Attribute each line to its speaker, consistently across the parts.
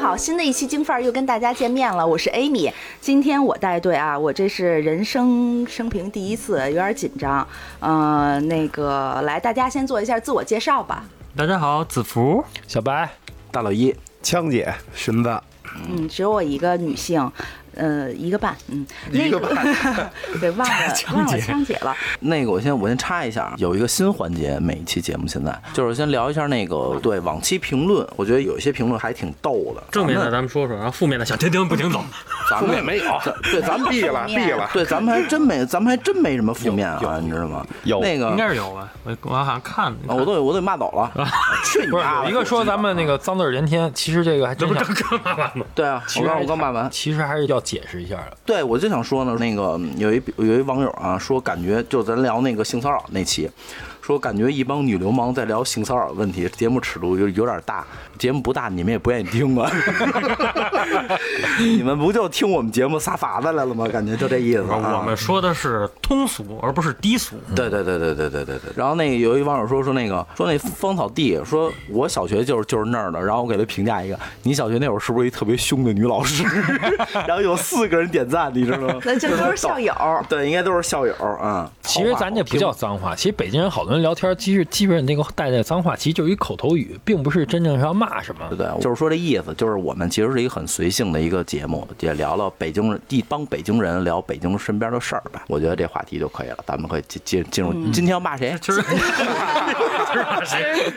Speaker 1: 好，新的一期京范儿又跟大家见面了，我是 Amy。今天我带队啊，我这是人生生平第一次，有点紧张。呃，那个，来，大家先做一下自我介绍吧。
Speaker 2: 大家好，子福，
Speaker 3: 小白，
Speaker 4: 大老一，
Speaker 5: 枪姐，神子，
Speaker 1: 嗯，只有我一个女性，呃，一个半，嗯，那
Speaker 5: 一个
Speaker 1: 个 对，忘了忘了枪姐了。
Speaker 4: 那个我先我先插一下，啊有一个新环节，每一期节目现在就是先聊一下那个对往期评论，我觉得有一些评论还挺逗的，
Speaker 2: 正面的咱们说说，然后负面的小婷婷不停走，
Speaker 4: 咱
Speaker 5: 后
Speaker 4: 们
Speaker 5: 面没有，
Speaker 4: 咱对咱们
Speaker 5: 咱 毙了，啊毙
Speaker 1: 哎
Speaker 5: 了。
Speaker 4: 对咱们还真没咱们还真没什么负面啊，你知道吗？
Speaker 3: 有
Speaker 4: 那 个
Speaker 2: 应该是有吧？我我好像看，
Speaker 4: 啊我都我都给骂走 了，去你
Speaker 3: 不是
Speaker 4: 妈的！
Speaker 3: 有一个说咱们那个脏字儿连天，其实这个还
Speaker 2: 这
Speaker 3: 真
Speaker 2: 不
Speaker 3: 想
Speaker 2: 正刚骂完吗？
Speaker 4: 对啊，
Speaker 3: 其
Speaker 4: 我
Speaker 3: 实
Speaker 4: 刚我刚骂完，
Speaker 3: 其实还是要解释一下的。
Speaker 4: 对，我就想说呢，那个有一有一网友啊，说感觉就咱聊那个性骚扰那期，说感觉一帮女流氓在聊性骚扰问题，节目尺度有有点大，节目不大你们也不愿意听啊， 你们不就听我们节目撒法子来了吗？感觉就这意思、
Speaker 2: 不是
Speaker 4: 啊。
Speaker 2: 哦我们说的是通俗，而不是低俗。
Speaker 4: 对对对对对对对对。然后那个有一网友说说那个说那芳草地，说我小学就是就是那儿的，然后我给他评价一个，你小学那会儿是不是一特别凶的女老师？ 然后有四个人点赞，你知道吗？
Speaker 1: 那这都是校友，
Speaker 4: 对，应该都是校友啊。
Speaker 3: 其实咱这不叫脏话，其实北京人好多人聊天，其实基本上那个带的脏话，其实就是一口头语，并不是真正是要骂什么
Speaker 4: 对。对，就是说这意思，就是我们其实是一个很随性的一个节目，也聊聊北京人，一帮北京人聊北京身边的事儿吧。我觉得这话题就可以了，咱们可以进进进入、嗯今天要骂谁？
Speaker 2: 其实，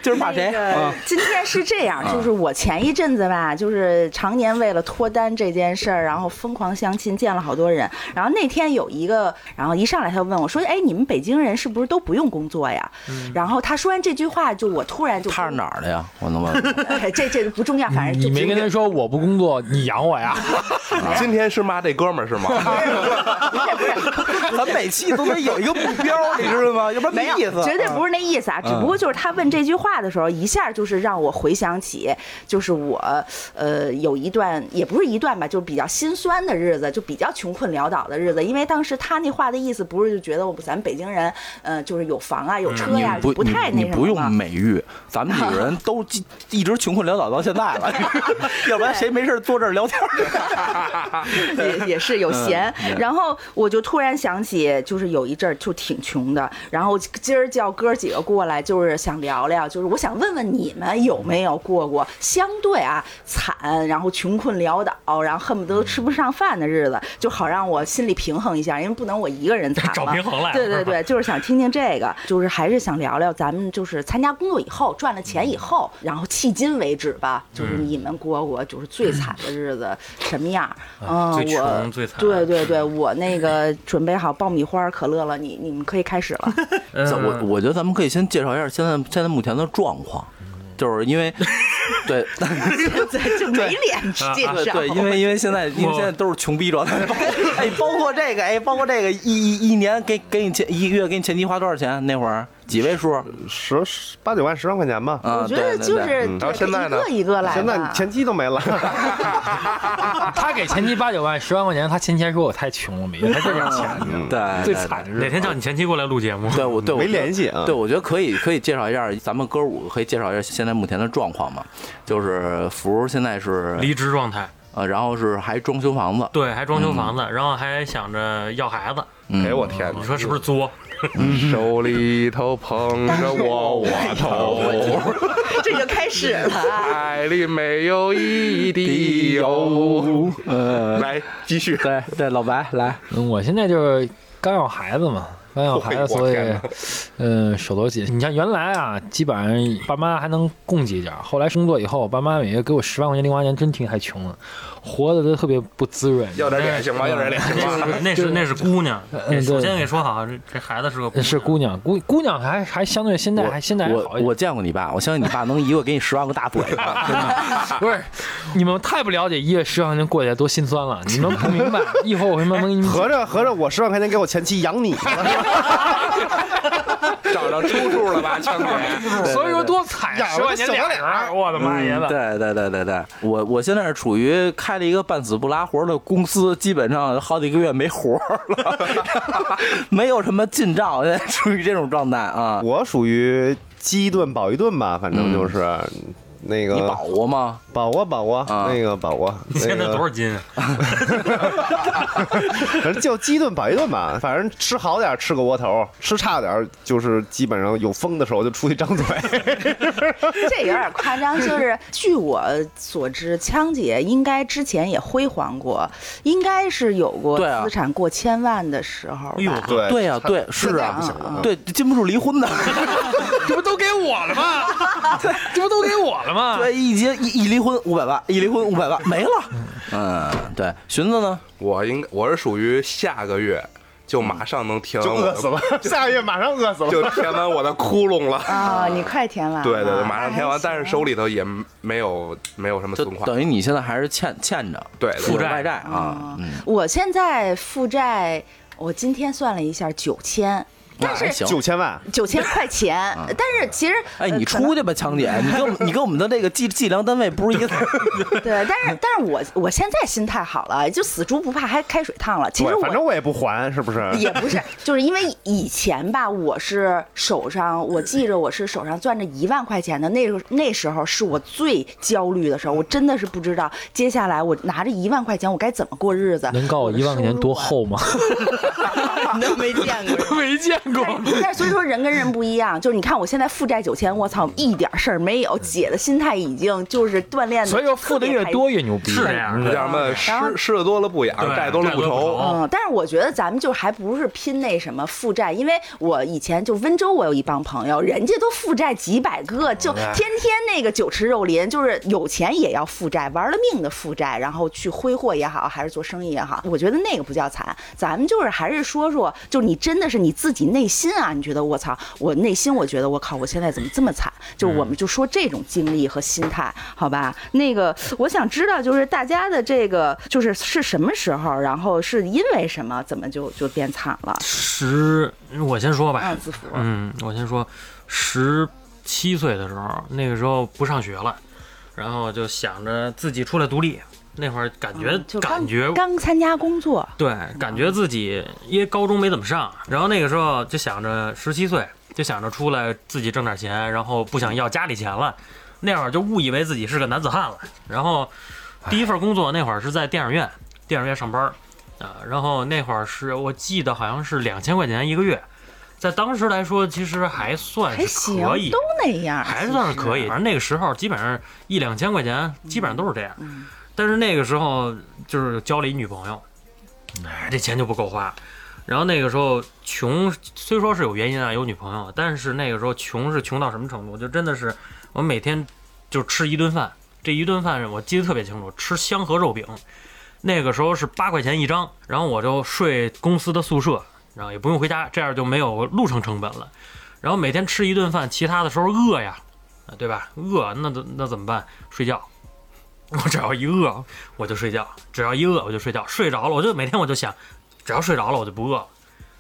Speaker 4: 今儿骂谁？
Speaker 1: 那个
Speaker 4: 啊，
Speaker 1: 今天是这样，
Speaker 3: 啊
Speaker 1: 就是我前一阵子吧，就是常年为了脱单这件事儿，然后疯狂相亲，见了好多人。然后那天有一个，然后一上来他就问我说：“哎，你们北京人是不是都不用工作呀？”
Speaker 3: 嗯
Speaker 1: 然后他说完这句话，就我突然就
Speaker 4: 他是哪儿的呀？我能问问吗？
Speaker 1: 哎这这不重要，反正就
Speaker 3: 你没跟他说我不工作，你养我呀？
Speaker 1: 哎
Speaker 5: 今天是骂这哥们儿是吗？
Speaker 4: 咱每期都得有一个目标，你知道吗？要不然
Speaker 1: 没有
Speaker 4: 意思。
Speaker 1: 绝对
Speaker 4: 啊
Speaker 1: 不是那意思啊，只不过就是他问这句话的时候，一下就是让我回想起，就是我呃有一段也不是一段吧，就是比较心酸的日子，就比较穷困潦倒的日子。因为当时他那话的意思不是就觉得我们咱们北京人，呃，就是有房啊有车
Speaker 4: 嗯你
Speaker 1: 呀、
Speaker 4: 不你
Speaker 1: 太
Speaker 4: 你
Speaker 1: 那什
Speaker 4: 不
Speaker 1: 么
Speaker 4: 用
Speaker 1: 了。
Speaker 4: 美育， 咱们几个人都一一直穷困潦倒到现在 了，要不然谁没事儿坐这儿聊天儿？
Speaker 1: 也也是有闲。然后我就突然想起，就是有一阵儿就挺穷的，然后今儿叫哥几个过来，就是想聊聊，就是我想问问你们有没有过过相对啊惨，然后穷困潦倒，然后恨不得都吃不上饭的日子，就好让我心里平衡一下，因为不能我一个人惨了。
Speaker 2: 找平衡来了
Speaker 1: 对对 对，就是想听听这个，就是还是想聊聊咱们就是参加工作以后赚了钱以后，然后迄今为止吧，就是
Speaker 2: 嗯
Speaker 1: 你们过过就是最惨的日子什么样儿？嗯，
Speaker 2: 最穷
Speaker 1: 我
Speaker 2: 最惨
Speaker 1: 对对对，我那个准备好爆米花、可乐了，你你们可以开始了。
Speaker 2: 嗯
Speaker 4: 咱我我觉得咱们可以先介绍一下现在现在目前的状况，就是 因为对
Speaker 1: 对，就没脸介绍。
Speaker 4: 对对，因为因为现在因为现在都是穷逼 状态，哎，包括这个哎，包括这个一一一年给给你前一个月给你前期花多少钱？那会儿几位数？
Speaker 5: 十 十八九万、十万块钱吧。
Speaker 4: 啊，
Speaker 1: 我觉得
Speaker 4: 对对
Speaker 1: 就
Speaker 4: 对
Speaker 1: 是
Speaker 5: 嗯
Speaker 1: 对
Speaker 5: 然后现在呢？
Speaker 1: 一个一个来吧。
Speaker 5: 现在你前期都没了，
Speaker 3: 他给前妻八九万、十万块钱，他前妻还说我太穷了，每月才这点 钱，
Speaker 5: 嗯
Speaker 4: 对
Speaker 3: 最
Speaker 4: 对
Speaker 3: 惨的日子。
Speaker 2: 哪天叫你前妻过来录节目？
Speaker 4: 对我对 我
Speaker 5: 没
Speaker 4: 觉得
Speaker 5: 联系啊
Speaker 4: 对，我觉得可以可以介绍一下咱们歌舞，可以介绍一下现在目前的状况嘛？就是福儿现在是
Speaker 2: 离职状态，
Speaker 4: 呃，然后是还装修房子，
Speaker 2: 对，还装修房子，然后还想着要孩子，
Speaker 5: 哎呦我天
Speaker 2: 你说是不是 作？
Speaker 5: 哪！手里头捧着窝窝头，
Speaker 1: 这就开始了。啊
Speaker 5: 爱里没有一滴油。
Speaker 4: 呃，
Speaker 5: 来继续，
Speaker 4: 对对，老白来，
Speaker 3: 嗯，我现在就是刚要孩子嘛，刚要孩
Speaker 5: 哎
Speaker 3: 子，
Speaker 5: 呦
Speaker 3: 所
Speaker 5: 我
Speaker 3: 以
Speaker 5: 天哪，
Speaker 3: 嗯，手头紧。你像原来啊，基本上爸妈还能供给一点儿，后来工作以后，我爸妈每月给我十万块钱零花钱，真挺还穷了，活的都特别不滋润。
Speaker 5: 要点脸行吗？要点脸行吗？
Speaker 2: 那是那是姑娘，
Speaker 3: 对
Speaker 2: 首先给说好，这这孩嗯子是个姑娘
Speaker 3: 是姑娘，姑姑娘还还相对现在还哎现在还好
Speaker 4: 我
Speaker 3: 一点。
Speaker 4: 我见过你爸，我相信你爸能一个给你十万个大嘴巴，真 的
Speaker 3: 不是，你们太不了解一月十万块钱过去多心酸了，你们 不明白。一会儿我会慢慢给你们讲。
Speaker 5: 合着合着，我十万块钱给我前妻 养你了， 找着出处了吧，强姐？
Speaker 3: 所以说多惨，
Speaker 5: 养了
Speaker 3: 十
Speaker 5: 个
Speaker 3: 万年啊
Speaker 5: 小
Speaker 3: 脸
Speaker 5: 脸
Speaker 3: 儿，我的妈耶的！
Speaker 4: 对对对对对，我我现在是处于开了一个半死不拉活的公司，基本上好几个月没活了， 没有什么进账，现在处于这种状态啊。
Speaker 5: 嗯我属于饥一顿饱一顿吧，反正就是那
Speaker 4: 你
Speaker 5: 个
Speaker 4: 保过吗？
Speaker 5: 保过保过，
Speaker 4: 啊
Speaker 5: 那个保过，
Speaker 2: 你现在多少斤啊？
Speaker 5: 反正就饥一顿饱一顿吧，反正吃好点儿吃个窝头，吃差点儿就是基本上有风的时候就出 去张嘴。
Speaker 1: 这有点夸张。就是据我所知，枪姐应该之前也辉煌过，应该是有过
Speaker 4: 对啊
Speaker 1: 资产过千万的时候
Speaker 2: 哎呦
Speaker 1: 吧。啊
Speaker 5: 对
Speaker 4: 对呀，对，
Speaker 5: 这
Speaker 4: 是
Speaker 5: 个
Speaker 4: 啊
Speaker 5: 不，行了。
Speaker 4: 对，禁不住 离婚的。
Speaker 3: 这不都给我了吗？这不都给我了吗？
Speaker 4: 对，一结一一离婚五百万，一离婚五百万没了。嗯，对，寻子呢？
Speaker 6: 我应我是属于下个月就马上能填
Speaker 5: 就
Speaker 6: 完我
Speaker 5: 饿死
Speaker 6: 的，
Speaker 5: 了， 下个月马上饿死了。
Speaker 6: 就填完我的窟窿了。
Speaker 1: 啊、你快填完了，啊
Speaker 6: 对对对，马上填完，
Speaker 1: 那还
Speaker 6: 但是手里头也没有没有什么
Speaker 4: 就
Speaker 6: 存款。
Speaker 4: 等于你现在还是欠欠着，
Speaker 6: 对对
Speaker 4: 负
Speaker 6: 对
Speaker 4: 债外债啊
Speaker 1: 啊。
Speaker 4: 嗯，
Speaker 1: 我现在负债，我今天算了一下，九千，但
Speaker 4: 那还
Speaker 1: 是
Speaker 4: 哎行
Speaker 5: 九千万，
Speaker 1: 九千块钱，但是其实呃
Speaker 4: 哎，你
Speaker 1: 可能
Speaker 4: 出去吧，强姐，你跟我们你跟我们的这个计计量单位不是一个。
Speaker 1: 对，但是但是我我现在心态好了，就死猪不怕开开水烫了。其实
Speaker 5: 对，
Speaker 1: 我
Speaker 5: 反正我也不还，是不是？
Speaker 1: 也不是，就是因为以前吧，我是手上，我记着我是手上攥着一万块钱的，那时候那时候是我最焦虑的时候，我真的是不知道接下来我拿着一万块钱我该怎么过日子。
Speaker 3: 能告我
Speaker 1: 的
Speaker 3: 一万块钱
Speaker 1: 收入
Speaker 3: 多
Speaker 1: 啊？
Speaker 3: 厚吗？
Speaker 1: 你都没见过。
Speaker 3: 没见过
Speaker 1: 但是所以说人跟人不一样，就是你看我现在负债九千，我操，一点事儿没有，姐的心态已经就是锻炼的，
Speaker 3: 所以说付的嗯越多，越牛逼。
Speaker 2: 是这样
Speaker 6: 叫
Speaker 2: 的。
Speaker 6: 什么
Speaker 1: 然后
Speaker 6: 吃吃的多了不痒，
Speaker 2: 对
Speaker 6: 债多了
Speaker 2: 债
Speaker 6: 不
Speaker 2: 多了不
Speaker 6: 愁
Speaker 2: 愁。
Speaker 1: 嗯，但是我觉得咱们就还不是拼那什么负债，因为我以前就温州，我有一帮朋友，人家都负债几百个，就天天那个酒池肉林，就是有钱也要负债，玩了命的负债，然后去挥霍也好，还是做生意也好，我觉得那个不叫惨，咱们就是还是说说，就是你真的是你自己内心啊，你觉得我操，我内心我觉得我靠，我现在怎么这么惨？就是我们就说这种经历和心态，好吧？那个我想知道，就是大家的这个就是是什么时候，然后是因为什么，怎么就就变惨了？
Speaker 2: 十，我先说吧
Speaker 1: 啊，。字符，
Speaker 2: 嗯，我先说，十七岁的时候，那个时候不上学了，然后就想着自己出来独立。那会儿感觉
Speaker 1: 嗯就刚
Speaker 2: 感觉
Speaker 1: 刚参加工作，
Speaker 2: 对，感觉自己因为高中没怎么上，然后那个时候就想着十七岁，就想着出来自己挣点钱，然后不想要家里钱了。那会儿就误以为自己是个男子汉了。然后第一份工作那会儿是在电影院，电影院上班儿啊。然后那会儿是我记得好像是两千块钱一个月，在当时来说其实还算
Speaker 1: 还
Speaker 2: 是
Speaker 1: 行
Speaker 2: 可以，，
Speaker 1: 都那样，
Speaker 2: 还算是可以。
Speaker 1: 其实
Speaker 2: 反正那个时候基本上一两千块钱，基本上都是这样。
Speaker 1: 嗯
Speaker 2: 但是那个时候就是交了一女朋友，哎，这钱就不够花。然后那个时候穷，虽说是有原因啊，有女朋友，但是那个时候穷是穷到什么程度？就真的是我每天就吃一顿饭，这一顿饭我记得特别清楚，吃香河肉饼，那个时候是八块钱一张，然后我就睡公司的宿舍，然后也不用回家，这样就没有路程成本了。然后每天吃一顿饭，其他的时候饿呀，啊对吧？饿那怎那怎么办？睡觉。 我只要一饿我就睡觉，只要一饿我就睡觉，睡着了我就每天我就想，只要睡着了我就不饿了，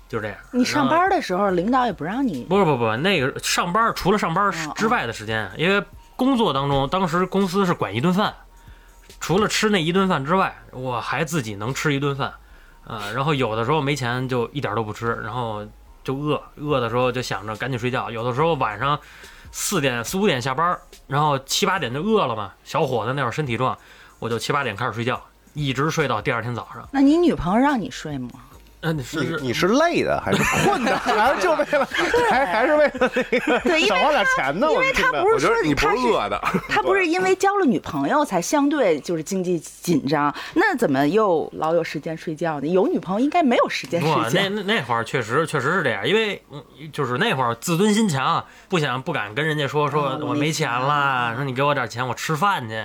Speaker 2: 就是这样。
Speaker 1: 你上
Speaker 2: 然后
Speaker 1: 班的时候，领导也不让你
Speaker 2: 不是不是不是，那个上班除了上班
Speaker 1: 哦
Speaker 2: 之外的时间，因为工作当中，当时公司是管一顿饭，除了吃那一顿饭之外，我还自己能吃一顿饭，啊、然后有的时候没钱就一点都不吃，然后就饿，饿的时候就想着赶紧睡觉，有的时候晚上四点四五点下班，然后七八点就饿了嘛，小伙子那会儿身体壮，我就七八点开始睡觉，一直睡到第二天早上。
Speaker 1: 那你女朋友让你睡吗？
Speaker 2: 嗯、你是
Speaker 5: 你
Speaker 2: 是
Speaker 5: 你是累的还是困的？还是就为了还还是为了那个
Speaker 1: 对因为
Speaker 5: 少花点钱呢？
Speaker 1: 因
Speaker 5: 我
Speaker 1: 为
Speaker 5: 听
Speaker 1: 他
Speaker 5: 着
Speaker 1: 不
Speaker 6: 我
Speaker 1: 是
Speaker 6: 觉
Speaker 1: 说
Speaker 6: 得你不
Speaker 1: 他
Speaker 6: 是
Speaker 1: 是
Speaker 6: 饿的，
Speaker 1: 他不是因为交了女朋友才相对就是经济紧张，那怎么又老有时间睡觉呢？有女朋友应该没有时间睡
Speaker 2: 哇，那
Speaker 1: 觉。
Speaker 2: 那那会儿确实确实是这样，因为嗯就是那会儿自尊心强，啊不想不敢跟人家说说
Speaker 1: 啊我
Speaker 2: 我
Speaker 1: 没
Speaker 2: 没钱
Speaker 1: 钱
Speaker 2: 啦，
Speaker 1: 了啊哦
Speaker 2: 说你给我点钱我吃饭去。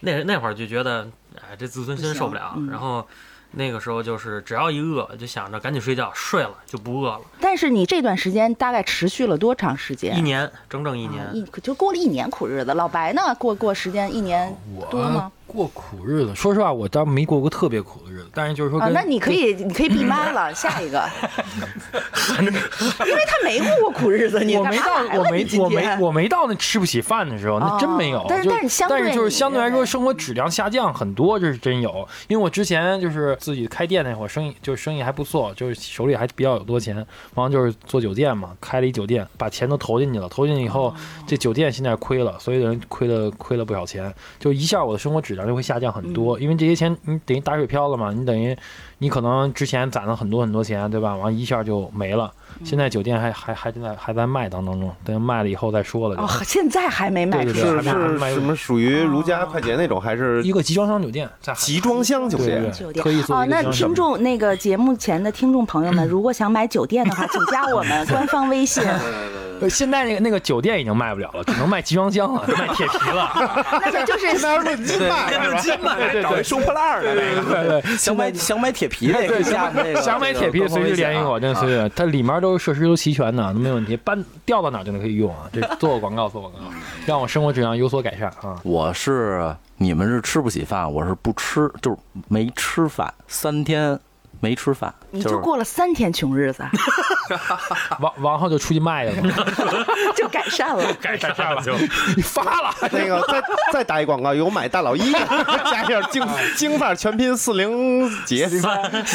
Speaker 2: 那那会儿就觉得哎这自尊
Speaker 1: 不
Speaker 2: 心
Speaker 1: 行
Speaker 2: 受不了，
Speaker 1: 嗯
Speaker 2: 然后那个时候就是只要一饿就想着赶紧睡觉，睡了就不饿了。
Speaker 1: 但是你这段时间大概持续了多长时间？
Speaker 2: 一年整整一
Speaker 1: 啊
Speaker 2: 年，
Speaker 1: 一就过了一年苦日子。老白呢，过过时间一年多吗？
Speaker 3: 过苦日子，说实话，我倒没过过特别苦的日子，但是就是说
Speaker 1: 啊，
Speaker 3: 跟，
Speaker 1: 那你可以，你可以闭麦了，下一 个，因为他没过过苦日子，你
Speaker 3: 我
Speaker 1: 干
Speaker 3: 没
Speaker 1: 嘛
Speaker 3: 到，
Speaker 1: 来
Speaker 3: 我
Speaker 1: 了
Speaker 3: 没
Speaker 1: 你，今
Speaker 3: 我
Speaker 1: 天
Speaker 3: 没，我没到那吃不起饭的时候，那真没有
Speaker 1: 哦。但是
Speaker 3: 就
Speaker 1: 但是相对
Speaker 3: 但是就是
Speaker 1: 你
Speaker 3: 相对来
Speaker 1: 认
Speaker 3: 说，
Speaker 1: 为
Speaker 3: 生活质量下降很多，这是真有。因为我之前就是自己开店那会儿，生意就是生意还不错，就是手里还比较有多钱，然后就是做酒店嘛，开了一酒店，把钱都投进去了，投进去以
Speaker 1: 哦
Speaker 3: 后，这酒店现在亏了，所有的人亏了亏了不少钱，就一下我的生活质量就会下降很多，
Speaker 1: 嗯
Speaker 3: 因为这些钱你等于打水漂了嘛，你等于你可能之前攒了很多很多钱，对吧？完一下就没了。现在酒店还还还正在还在卖当当中，等卖了以后再说了就。
Speaker 1: 哦，现在还没卖
Speaker 3: 对
Speaker 1: 出
Speaker 3: 对
Speaker 1: 去
Speaker 3: 对
Speaker 5: 是
Speaker 1: 呢。
Speaker 5: 是什么属于如家快捷那种，还是
Speaker 3: 一个集装箱酒店在海
Speaker 5: 集装箱酒
Speaker 3: 对对
Speaker 5: 店？
Speaker 1: 酒
Speaker 3: 对，
Speaker 1: 店
Speaker 3: 特意做
Speaker 1: 哦
Speaker 3: 了，一个
Speaker 1: 那
Speaker 3: 集装箱
Speaker 1: 听众那个节目前的听众朋
Speaker 4: 嗯
Speaker 1: 友们，如果想买酒店的话，请加我们官方微 信。
Speaker 3: 呃现在那个那个酒店已经卖不了了，只能卖集装箱了，卖铁皮了。
Speaker 1: 那就就是
Speaker 5: 那是论斤卖是吧？
Speaker 4: 找一收破烂儿的那个，
Speaker 3: 对对，
Speaker 4: 想买想买铁皮的，可以下那个
Speaker 3: 想买铁皮随时联系我，真的随。
Speaker 4: 这个官方微信啊
Speaker 3: 时。它里面都是设施都齐全的，没问题。搬调到哪儿就能可以用啊。这做个广告，做个广告，让我生活质量有所改善啊。
Speaker 4: 我是你们是吃不起饭，我是不吃，就是没吃饭，三天没吃饭，
Speaker 1: 你
Speaker 4: 就是
Speaker 1: 就过了三天穷日子，
Speaker 3: 往往后就出去卖去了，
Speaker 1: 就改善了。
Speaker 2: 改善了 就。
Speaker 3: 你发了。
Speaker 5: 那个再再打一广告，有买大老一的， 加一下京
Speaker 1: 啊
Speaker 5: 京范儿全拼四零几，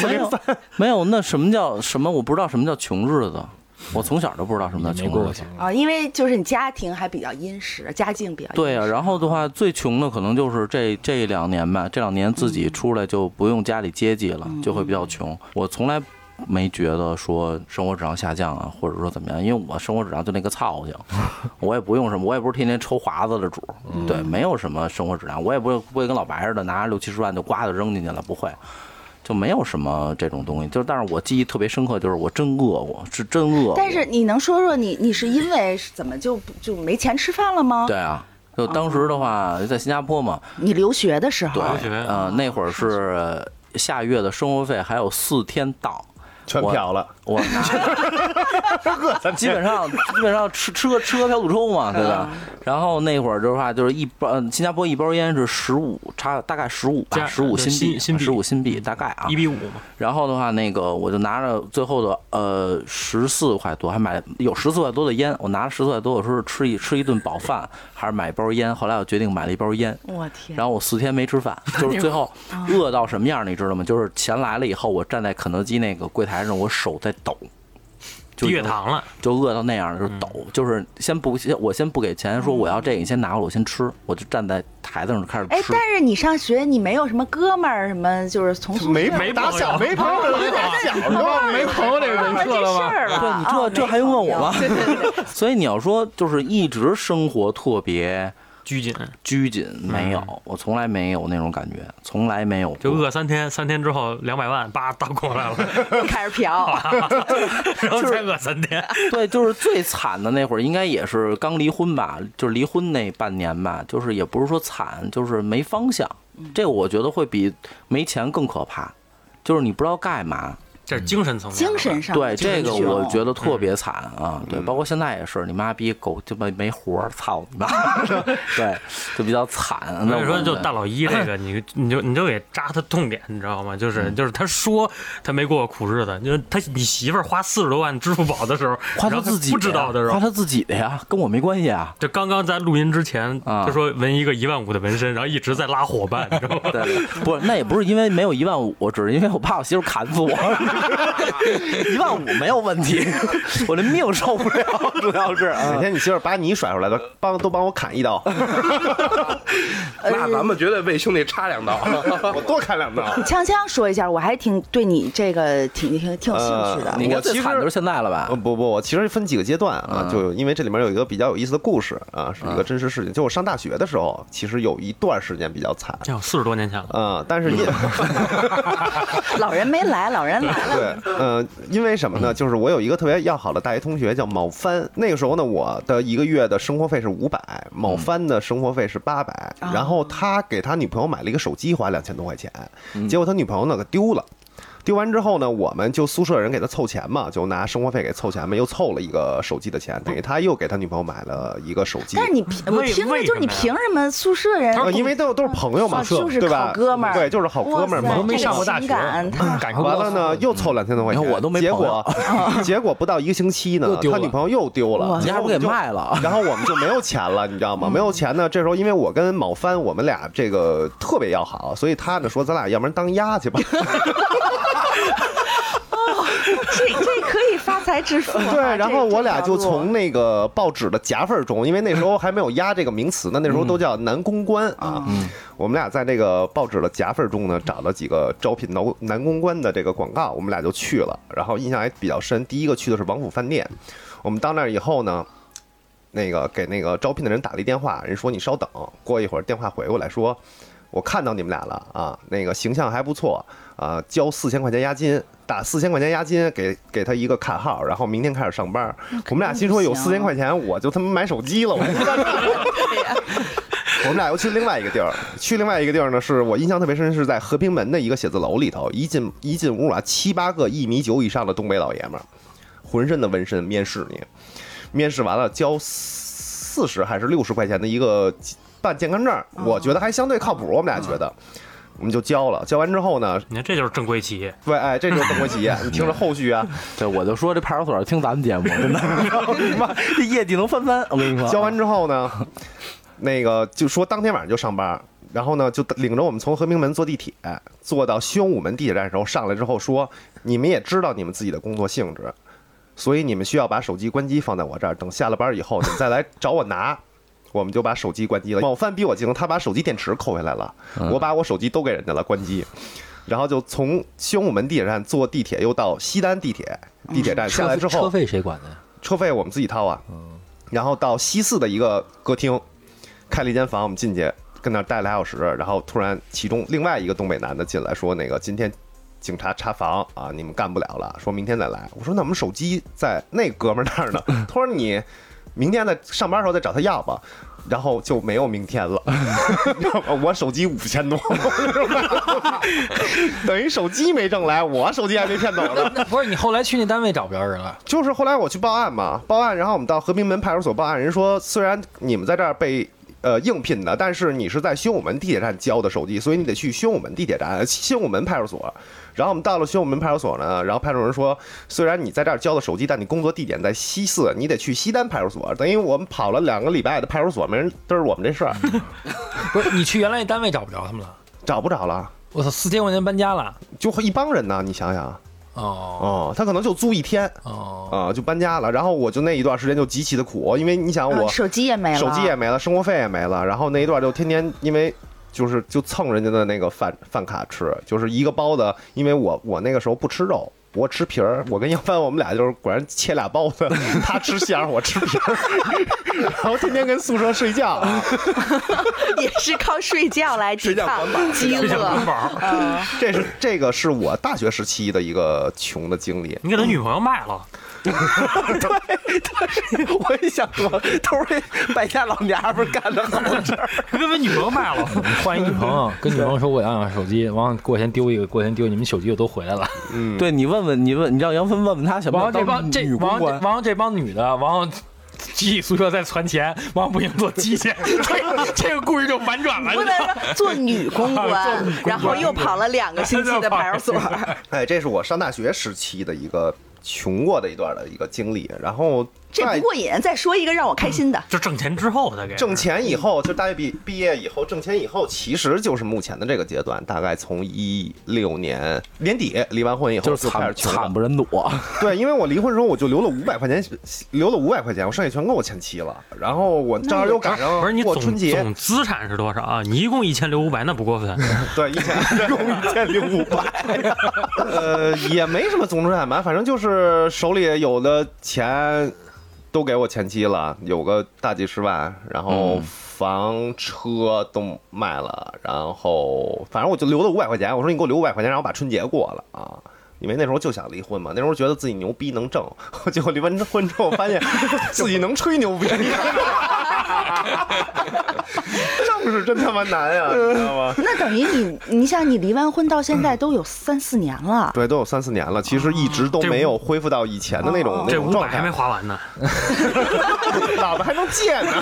Speaker 4: 没有没有，那什么叫什么？我不知道什么叫穷日子，我从小都不知道什么叫
Speaker 3: 没
Speaker 4: 穷
Speaker 3: 过
Speaker 4: 日
Speaker 3: 过
Speaker 4: 子
Speaker 3: 去。。
Speaker 1: 啊，因为就是你家庭还比较殷实，家境比较殷实
Speaker 4: 对呀、然后的话，最穷的可能就是这这两年吧，这两年自己出来就不用家里接济了，就会比较穷。我从来没觉得说生活质量下降啊，或者说怎么样，因为我生活质量就那个操性，我也不用什么，我也不是天天抽华子的主，对，没有什么生活质量，我也不会不会跟老白似的拿着六七十万就呱的扔进去了，不会。就没有什么这种东西，就但是我记忆特别深刻，就是我真饿过，是真饿过。
Speaker 1: 但是你能说说你你是因为是怎么就不就没钱吃饭了吗？
Speaker 4: 对啊，就当时的话，在新加坡嘛，
Speaker 1: 你留学的时候
Speaker 4: 对，
Speaker 2: 学
Speaker 4: 呃，那会儿是下月的生活费还有四天到，
Speaker 5: 全漂了。
Speaker 4: 我 拿基本上基本上吃吃个吃喝嫖赌抽
Speaker 2: 嗯
Speaker 4: 嘛，对吧？然后那会儿的话就是一包，呃新加坡一包烟是十五，差大概十五吧，
Speaker 2: 加
Speaker 4: 十五
Speaker 2: 就是
Speaker 4: 新币，
Speaker 2: 新新币
Speaker 4: 十五新币大概啊
Speaker 2: 一。比五嘛，
Speaker 4: 然后的话，那个我就拿着最后的呃十四块多，还买有十四块多的烟，我拿了十四块多，我说是吃一吃一顿饱饭，还是买一包烟？后来我决定买了一包烟，
Speaker 1: 我天，哎
Speaker 4: 然后我四天没吃 饭，就是最后饿到什么样儿，你知道吗？就是钱来了以后，我站在肯德基那个柜台上，我手在抖，就
Speaker 2: 低嗯血糖了，
Speaker 4: 就饿到那样儿，就是抖，就是先不先我先不给钱，说我要这个，你先拿过来，我先吃，我就站在台子上开始
Speaker 1: 哎，
Speaker 4: 吃。
Speaker 1: 但是你上学你没有什么哥们儿什么，就是从宿舍
Speaker 5: 没
Speaker 2: 没
Speaker 5: 打
Speaker 2: 朋友
Speaker 5: 小没朋友的人，打小时候 没朋友这个
Speaker 1: 碰
Speaker 5: 人
Speaker 1: 到
Speaker 5: 设
Speaker 1: 这
Speaker 5: 了
Speaker 1: 事
Speaker 5: 吗？
Speaker 1: 儿了，
Speaker 4: 对你这
Speaker 1: 啊
Speaker 4: 这还用问我吗
Speaker 1: 没朋友对对对
Speaker 4: 所以你要说就是一直生活特别
Speaker 2: 拘谨，
Speaker 4: 拘谨，没有，我从来没有那种感觉，从来没有过。
Speaker 2: 嗯就饿三天，三天之后两百万叭倒过 来了，
Speaker 1: 开始嫖，
Speaker 2: 然后再饿三天，
Speaker 4: 对，就是最惨的那会儿，应该也是刚离婚吧，就是离婚那半年吧，就是也不是说惨，就是没方向。这个我觉得会比没钱更可怕，就是你不知道干嘛。
Speaker 2: 这是精神层面。
Speaker 1: 精神上
Speaker 4: 对，
Speaker 1: 的
Speaker 4: 这个
Speaker 1: 贫穷
Speaker 4: 我觉得特别惨啊。对，包括现在也是，你妈逼狗鸡巴没活儿，操你妈！对，就比较惨。那
Speaker 2: 所以说，
Speaker 4: 我
Speaker 2: 就
Speaker 4: 们
Speaker 2: 大老一这 个，你你就你就给扎他痛点，你知道吗？
Speaker 4: 嗯
Speaker 2: 就是就是他说他没过过苦日子，就是他你媳妇儿花四十多万支付宝的时候，
Speaker 4: 花
Speaker 2: 然
Speaker 4: 他
Speaker 2: 后
Speaker 4: 自己
Speaker 2: 不知
Speaker 4: 呀
Speaker 2: 道的时候。
Speaker 4: 花他自己的呀，跟我没关系啊。
Speaker 2: 就刚刚在录音之前，
Speaker 4: 啊
Speaker 2: 他说纹一个一万五的纹身，然后一直在拉伙 伴，你知道吗？
Speaker 4: 对，对不是，那也不是因为没有一万五，我只是因为我怕我媳妇砍死我。 一万五没有问题， 我这命受不了，主要是。
Speaker 6: 哎
Speaker 5: 哪
Speaker 4: 啊
Speaker 5: 天你媳妇儿把你甩出来的，帮都帮我砍一 刀，
Speaker 6: 那咱们绝对为兄弟插两刀。
Speaker 5: 我多砍两刀。
Speaker 1: 锵锵说一下，我还挺对你这个挺挺挺有兴趣的。
Speaker 5: 呃
Speaker 4: 你看
Speaker 5: 我
Speaker 4: 最
Speaker 5: 其
Speaker 4: 惨
Speaker 5: 实
Speaker 4: 就是现在了吧
Speaker 5: 呃，？不不，我其实分几个阶段啊，就因为这里面有一个比较有意思的故事啊，是一个真实事情。就我上大学的时候，其实有一段时间比较惨
Speaker 2: 这有哎四十多年前了，
Speaker 5: 啊、但是因
Speaker 1: 老人没来，老人来了。
Speaker 5: 对， 呃，因为什么
Speaker 1: 嗯
Speaker 5: 呢？就是我有一个特别要好的大学同学叫卯帆，那个时候呢，我的一个月的生活费是五百，
Speaker 1: 嗯
Speaker 5: 卯帆的生活费是八百，
Speaker 1: 哦嗯
Speaker 5: 然后他给他女朋友买了一个手机，花两千多块钱，结果他女朋友呢给丢了。丢完之后呢，我们就宿舍人给他凑钱嘛，就拿生活费给凑钱嘛，又凑了一个手机的钱，等于他又给他女朋友买了一个手机。
Speaker 1: 哦但是你凭我
Speaker 2: 为
Speaker 1: 听着
Speaker 2: 为
Speaker 1: 就是
Speaker 2: 什
Speaker 1: 你
Speaker 2: 么呀
Speaker 1: 凭什么宿舍人
Speaker 5: 呃因为都都是朋友嘛，
Speaker 1: 啊就是
Speaker 5: 对吧？
Speaker 1: 好哥们儿
Speaker 5: 对，就是好哥们
Speaker 1: 哇
Speaker 5: 儿
Speaker 3: 我
Speaker 1: 塞
Speaker 5: 嘛
Speaker 3: 都。没上过大
Speaker 1: 这
Speaker 3: 学，
Speaker 1: 个情感
Speaker 3: 感受不
Speaker 5: 完
Speaker 3: 到
Speaker 5: 了呢，又凑两千多块钱，
Speaker 4: 嗯你看我都没
Speaker 5: 结
Speaker 4: 朋
Speaker 5: 果
Speaker 4: 友
Speaker 5: 结果不到一个星期呢
Speaker 3: 又，丢
Speaker 5: 他
Speaker 3: 了
Speaker 5: 女朋友又丢了
Speaker 1: 哇，
Speaker 4: 你还不给卖了？ 嗯
Speaker 5: 然后我们就没有钱了，你知道吗？没有钱呢，这时候因为我跟某帆我们俩这个特别要好，所以他呢说咱俩要不然当鸭去吧。
Speaker 1: 这这可以发财致富啊。
Speaker 5: 对，然
Speaker 1: 这
Speaker 5: 后我
Speaker 1: 这
Speaker 5: 俩
Speaker 1: 条
Speaker 5: 就
Speaker 1: 路
Speaker 5: 从那个报纸的夹缝中，因为那时候还没有“鸭”这个名词呢，那时候都叫男公关啊。
Speaker 1: 嗯
Speaker 5: 我们俩在这个报纸的夹缝中呢，找了几个招聘男男公关的这个广告，我们俩就去了。然后印象还比较深，第一个去的是王府饭店。我们到那儿以后呢，那个给那个招聘的人打了一电话，人说你稍等，过一会儿电话回过来说，我看到你们俩了啊，那个形象还不错啊，交四千块钱押金，打四千块钱押金给给他一个卡号，然后明天开始上班。我们俩心说
Speaker 1: 肯
Speaker 5: 有
Speaker 1: 定
Speaker 5: 四
Speaker 1: 不
Speaker 5: 千
Speaker 1: 行
Speaker 5: 块钱，我就他妈买手机了，我我们俩又去另外一个地儿，去另外一个地儿呢，是我印象特别深，是在和平门的一个写字楼里头。一进一进屋啊，七八个一米九以上的东北老爷们儿，浑身的纹身，面试你，面试完了交四十还是六十块钱的一个办健康证儿，我觉得还相对靠谱，我们俩觉得。我们就交了，交完之后呢，
Speaker 2: 你看这就是正规企业，
Speaker 5: 对，哎，这就是邓国企业，你听着后续啊，
Speaker 4: 对，我就说这派出所听咱们节目，真 的，妈，这业绩能翻番，我跟你说。
Speaker 5: 交完之后呢，那个就说当天晚上就上班，然后呢就领着我们从和平门坐地铁坐到宣武门地铁站的时候，上来之后说你们也知道你们自己的工作性质，所以你们需要把手机关机放在我这儿，等下了班以后你们再来找我拿。我们就把手机关机了。某范逼我精，他把手机电池扣回来了，我把我手机都给人家了，关机。然后就从宣武门地铁站坐地铁，又到西单地铁地铁站下来之后，
Speaker 3: 车费谁管的呀？
Speaker 5: 车费我们自己掏啊。然后到西四的一个歌厅，开了一间房，我们进去跟那儿待俩小时，然后突然其中另外一个东北男的进来说，那个今天警察查房啊，你们干不了了，说明天再来。我说那我们手机在那哥们儿那儿呢，他说你明天再上班的时候再找他要吧。然后就没有明天了，你知道吗？我手机五千多， 等于手机没挣来，我手机还没骗走呢。
Speaker 3: 那不是你后来去那单位找不着人了，
Speaker 5: 就是后来我去报案嘛，报案，然后我们到和平门派出所报案，人说虽然你们在这儿被呃应聘的，但是你是在宣武门地铁站交的手机，所以你得去宣武门地铁站、呃宣武门派出所。然后我们到了宣武门派出所呢，然后派出所人说，虽然你在这儿交的手机，但你工作地点在西四，你得去西单派出所。等于我们跑了两个礼拜的派出所，没人嘚儿我们这事儿，
Speaker 3: 不是你去原来那单位找不着他们了。
Speaker 5: 找不着了，
Speaker 3: 我操，四千块钱搬家了。
Speaker 5: 就一帮人呢，你想想，
Speaker 3: 哦
Speaker 5: 哦，他可能就租一天
Speaker 3: 哦，
Speaker 5: 啊、就搬家了。然后我就那一段时间就极其的苦，因为你想
Speaker 1: 啊
Speaker 5: 我。
Speaker 1: 手机也没了，
Speaker 5: 手机也没了，生活费也没了，然后那一段就天天因为就是就蹭人家的那个饭饭卡吃，就是一个包子，因为我我那个时候不吃肉。我吃皮儿，我跟杨帆我们俩就是果然切俩包子， 他吃馅儿，我吃皮儿， 然后天天跟宿舍睡觉。
Speaker 1: 也是靠睡觉来抵
Speaker 6: 睡觉
Speaker 1: 抗
Speaker 6: 管饱
Speaker 1: 饥
Speaker 2: 这叫
Speaker 1: 饿
Speaker 2: 温。饱。
Speaker 1: 嗯，
Speaker 5: 这是这个是我大学时期的一个穷的经历。
Speaker 2: 你给他女朋友卖了，
Speaker 4: 我也想说，都是这败家老娘们儿干的好事 儿。
Speaker 2: 给他女朋友 卖了。
Speaker 3: 换一女朋 友，跟女朋友说我想要手 机，完了过几天丢一个，过几天丢一个，你们手机又都回来了。
Speaker 6: 嗯
Speaker 4: 对你问问，你问，你让杨芬问问他想不
Speaker 3: 完
Speaker 4: 想
Speaker 3: 了这
Speaker 4: 当
Speaker 3: 帮这
Speaker 4: 女公
Speaker 3: 完了
Speaker 4: 关
Speaker 3: 这。完了这帮女的，完了集体宿舍再存钱，完了不行做鸡 去，这这个故事就反转了。
Speaker 1: 不能说做女 公
Speaker 3: 做
Speaker 1: 关
Speaker 3: 女公，关
Speaker 1: 然后又跑了两个星期的派出所。
Speaker 5: 哎，这是我上大学时期的一个穷过的一段的一个经历。然后
Speaker 1: 这
Speaker 5: 在
Speaker 1: 不过瘾，再说一个让我开心的。
Speaker 2: 就挣钱之后，他给
Speaker 5: 挣钱以后，就大学毕毕业以后挣钱以后，其实就是目前的这个阶段，大概从一六年年底离完婚以后
Speaker 4: 就是
Speaker 5: 就开始
Speaker 4: 惨
Speaker 5: 穷
Speaker 4: 惨
Speaker 5: 了。
Speaker 4: 不忍睹，
Speaker 5: 对，因为我离婚的时候我就留了五百块钱，留了五百块钱，我剩下全给我前妻了。然后我正好又赶上
Speaker 2: 啊不是你
Speaker 5: 过
Speaker 2: 总
Speaker 5: 春节，
Speaker 2: 总资产是多少啊？你一共一千六五百，那不过分。
Speaker 5: 对，一 千用一千零五百，呃，也没什么总资产吧，反正就是手里有的钱都给我前妻了，有个大几十万，然后
Speaker 4: 嗯
Speaker 5: 房车都卖了，然后反正我就留了五百块钱，我说你给我留五百块钱，让我把春节过了啊。因为那时候就想离婚嘛，那时候觉得自己 牛逼能挣，结果离完婚之后发现自己能吹牛逼，正是真他妈难呀，你知道吗？
Speaker 1: 那等于你，你想你离完婚到现在都有三四年了，
Speaker 5: 对，都有三四年了，其实一直都
Speaker 2: 哦这哦
Speaker 5: 没有恢复到以前的那种那
Speaker 2: 这
Speaker 5: 种
Speaker 2: 五
Speaker 5: 状
Speaker 2: 百
Speaker 5: 态
Speaker 2: 还没，花完呢，
Speaker 5: 老子还能 借呢。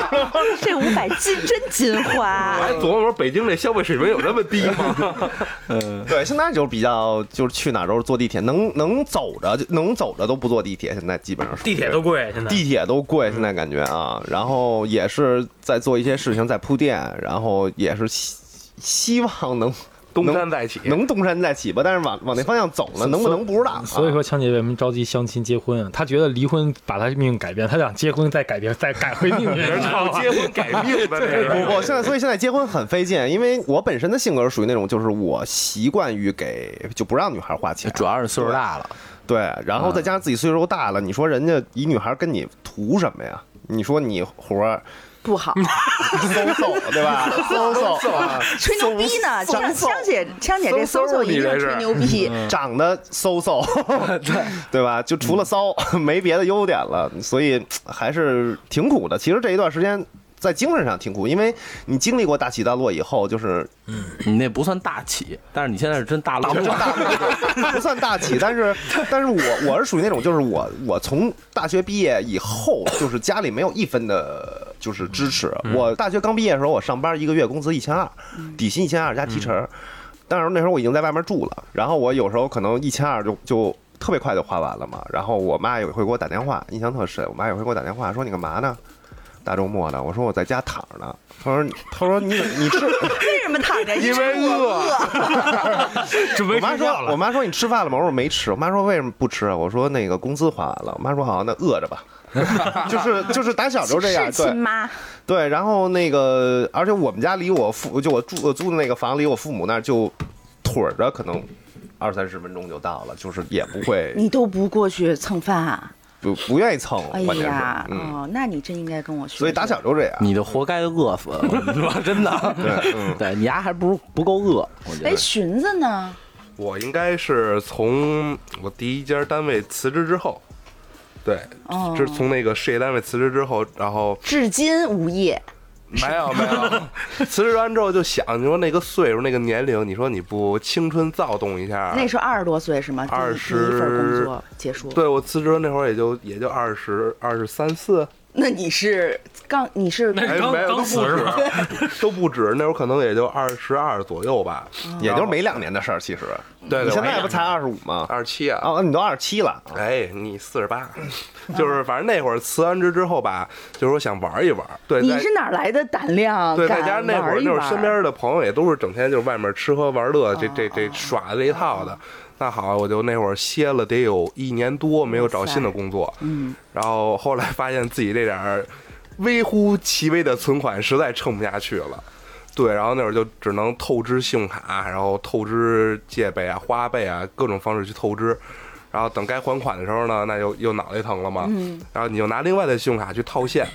Speaker 1: 这五百金真金花。
Speaker 6: 还琢磨北京这消费水平有这么 低吗？
Speaker 5: 对，现在就是比较就是去哪儿都是坐地铁，能能走着就能走着都不坐地铁，现在基本上是
Speaker 2: 地铁都嗯贵，现在
Speaker 5: 地铁都贵，现在感觉啊，然后也是在做一些事情在铺垫，然后也是希希望能
Speaker 6: 东山再起，
Speaker 5: 能东山再起吧，但是往往那方向走呢，能不能不知道啊。
Speaker 3: 所以说，强姐为什么着急相亲结婚啊？她觉得离婚把她命运改变，她想结婚再改变，再改回命运， 你知道
Speaker 6: 靠
Speaker 3: 吗
Speaker 6: 结婚改命吧，这
Speaker 5: 不
Speaker 6: 是。
Speaker 5: 不，现在所以现在结婚很费劲，因为我本身的性格是属于那种，就是我习惯于给就不让女孩花钱，
Speaker 4: 主要是岁数大了，
Speaker 5: 对，然后再加上自己岁数大了，你说人家一女孩跟你图什么呀？你说你活 儿
Speaker 1: 不好，
Speaker 5: 嗖嗖对 吧？嗖嗖啊，
Speaker 1: 吹牛逼呢！
Speaker 5: 嗖
Speaker 1: 枪枪姐，枪姐这搜搜一定是吹牛逼，
Speaker 5: 嗯长得嗖嗖， 对对吧？就除了骚， 没别的优点了，所以还是挺苦的。其实这一段时间。在精神上挺苦，因为你经历过大起大落以后，就是
Speaker 4: 你那不算大起，但是你现在是真大落。
Speaker 5: 不算大起，但是但是我我是属于那种，就是我我从大学毕业以后，就是家里没有一分的，就是支持。我大学刚毕业的时候，我上班一个月工资一千二，底薪一千二加提成，但是那时候我已经在外面住了，然后我有时候可能一千二就就。特别快就花完了嘛，然后我妈有一回给我打电话，印象特深。我妈有一回给我打电话说：“你干嘛呢？大周末的。”我说：“我在家躺着呢。”她说：“她说你你吃
Speaker 1: 为什么躺着？
Speaker 6: 因为
Speaker 1: 饿，
Speaker 2: 准备
Speaker 5: 我妈
Speaker 2: 睡觉
Speaker 5: 说，我
Speaker 2: 了。
Speaker 5: 妈说你吃饭了吗？我说没吃。我妈说为什么不吃啊？我说那个工资花完了。我妈说好，那饿着吧。就是就是打小就这样，
Speaker 1: 是亲
Speaker 5: 对
Speaker 1: 妈，
Speaker 5: 对。然后那个，而且我们家离我父就我住我租的那个房离我父母那儿就腿儿着可能二三十分钟就到了，就是也不会
Speaker 1: 你都不过去蹭饭啊？
Speaker 5: 不不愿意蹭我，
Speaker 1: 哎
Speaker 5: 关键是
Speaker 1: 呀，
Speaker 5: 嗯，
Speaker 1: 哦，那你真应该跟我学学。
Speaker 5: 所以打小就这样。
Speaker 4: 你就活该饿死，我 跟你说真的。
Speaker 5: 对，嗯，
Speaker 4: 对你丫还不如不够饿，我觉
Speaker 1: 哎，
Speaker 4: 得。
Speaker 1: 寻子呢？
Speaker 6: 我应该是从我第一家单位辞职之后，对，
Speaker 1: 哦
Speaker 6: 是从那个事业单位辞职之后，然后
Speaker 1: 至今无业，
Speaker 6: 没 有没有，辞职完之后就想，你说那个岁数那个年龄，你说你不青春躁动一下？
Speaker 1: 那时候二十多岁是吗？第一
Speaker 6: 20
Speaker 1: 第一份工作结束。
Speaker 6: 对我辞职那会儿也就也就二十二十三四，
Speaker 1: 那你是刚你是
Speaker 2: 那
Speaker 6: 哎，
Speaker 2: 刚
Speaker 6: 没有都
Speaker 2: 刚
Speaker 6: 不
Speaker 2: 辞是吧
Speaker 6: 止， 都不止，那会儿可能也就二十二左右吧，
Speaker 1: 嗯
Speaker 5: 也就是没两年的事儿，其实。
Speaker 6: 对，
Speaker 5: 你现在不才二十五吗？
Speaker 6: 二七
Speaker 1: 哦
Speaker 6: 啊，
Speaker 5: 啊，你都二十七了。
Speaker 6: 哎，你四十八， 就是反正那会儿辞完职之后吧，就是说想玩一玩，对，
Speaker 1: 你
Speaker 6: 在
Speaker 1: 是哪儿来的胆量？
Speaker 6: 对，再
Speaker 1: 敢
Speaker 6: 加上那会儿
Speaker 1: 玩一
Speaker 6: 就是
Speaker 1: 玩
Speaker 6: 身边的朋友也都是整天就是外面吃喝玩乐，这这
Speaker 1: 哦
Speaker 6: 这耍这一套的。那好，我就那会儿歇了得有一年多，没有找新的工作。嗯，然后后来发现自己这点儿微乎其微的存款实在撑不下去了。对，然后那会儿就只能透支信用卡，然后透支借呗啊、花呗啊，各种方式去透支。然后等该还款的时候呢，那又又脑袋疼了嘛。嗯。然后你就拿另外的信用卡去套现，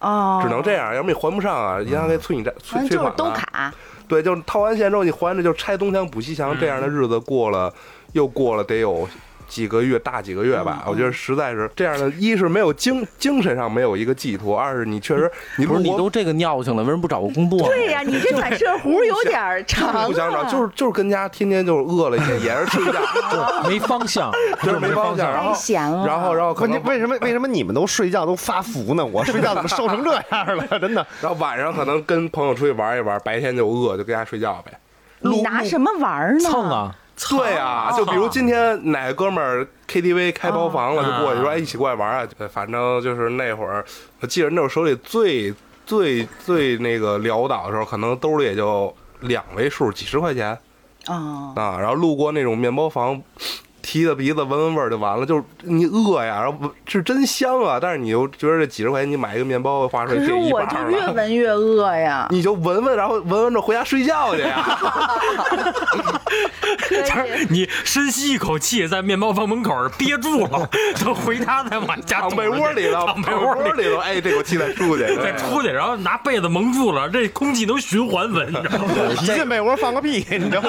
Speaker 1: 哦，
Speaker 6: 只能这样，要不你还不上啊，银行给催你债、
Speaker 1: 好
Speaker 6: 催
Speaker 1: 像
Speaker 6: 催
Speaker 1: 就
Speaker 6: 款
Speaker 1: 是都
Speaker 6: 了。
Speaker 1: 卡，
Speaker 6: 对，就是套完现之后你还着就拆东墙补西墙，这样的日子过了，又过了得有几个月，大几个月吧。我觉得实在是这样的，一是没有精精神上没有一个寄托，二是你确实你
Speaker 4: 不是
Speaker 6: 如
Speaker 4: 你
Speaker 6: 果
Speaker 4: 都这个尿性了，为什么不找个工
Speaker 6: 哦
Speaker 4: 作？
Speaker 1: 对呀，你这反射弧有点儿长啊，
Speaker 6: 不想找，就是就是跟家天天就是饿了也也是睡觉，
Speaker 3: 没方向，
Speaker 6: 就是没方向，然
Speaker 1: 太
Speaker 6: 后
Speaker 1: 闲了。
Speaker 6: 然后然后可
Speaker 5: 关
Speaker 6: 能
Speaker 5: 键为什么为什么你们都睡觉都发福 呢？我睡觉怎么瘦成这样了？ 真的，
Speaker 6: 然后晚上可能跟朋友出去玩一玩，白天就饿就跟家睡觉呗。
Speaker 1: 你拿什么玩儿呢？
Speaker 3: 蹭！啊，
Speaker 6: 对啊，就比如今天哪个哥们儿 KTV 开包房
Speaker 5: 嗯
Speaker 6: 了，就过去说：“哎，一起过来玩啊！”对反正就是那会儿，我记得那会儿手里最最最那个潦倒的时候，可能兜里也就两位数，几十块钱
Speaker 1: 哦，
Speaker 6: 啊。然后路过那种面包房，提着鼻子闻闻味儿就完了。就是你饿呀，然后是真香啊，但是你又觉得这几十块钱你买一个面包花出
Speaker 1: 可
Speaker 6: 去
Speaker 1: 是
Speaker 6: 这一
Speaker 1: 我
Speaker 6: 半
Speaker 1: 就
Speaker 6: 儿
Speaker 1: 越
Speaker 6: 了。
Speaker 1: 闻越饿呀。
Speaker 6: 你就闻闻，然后闻闻着回家睡觉去 呀。
Speaker 1: 可以
Speaker 2: 你深吸一口气，在面包房门口憋住了，等回家再往家
Speaker 6: 躺被窝里头，
Speaker 2: 躺被窝
Speaker 6: 窝
Speaker 2: 里。
Speaker 6: 里头，哎，这口气再出去，
Speaker 2: 再出去，然后拿被子蒙住了，这空气能循环闻，你知道吗？
Speaker 5: 一进被窝放个屁，你知道吗？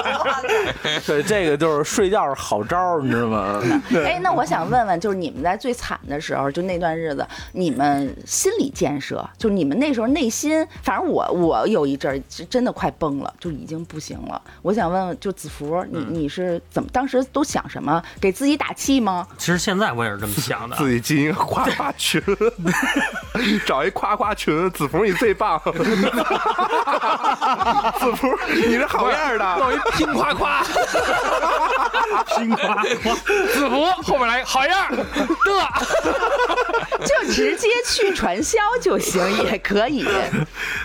Speaker 4: 对，这个就是睡觉是好招儿，你你知道吗？
Speaker 1: 哎，那我想问问，就是你们在最惨的时候，就那段日子，你们心理建设，就是你们那时候内心，反正我我有一阵儿是真的快崩了，就已经不行了。我想问问，就子福，你
Speaker 6: 嗯
Speaker 1: 你是怎么当时都想什么？给自己打气吗？
Speaker 2: 其实现在我也是这么 想的，
Speaker 6: 自己进一个夸夸群， 找一夸夸群，子福你最棒， 子福你是好样儿的，
Speaker 3: 一拼夸夸，
Speaker 2: 拼夸夸，
Speaker 3: 子服后边来好样儿的，
Speaker 1: 就直接去传销就行，也可以。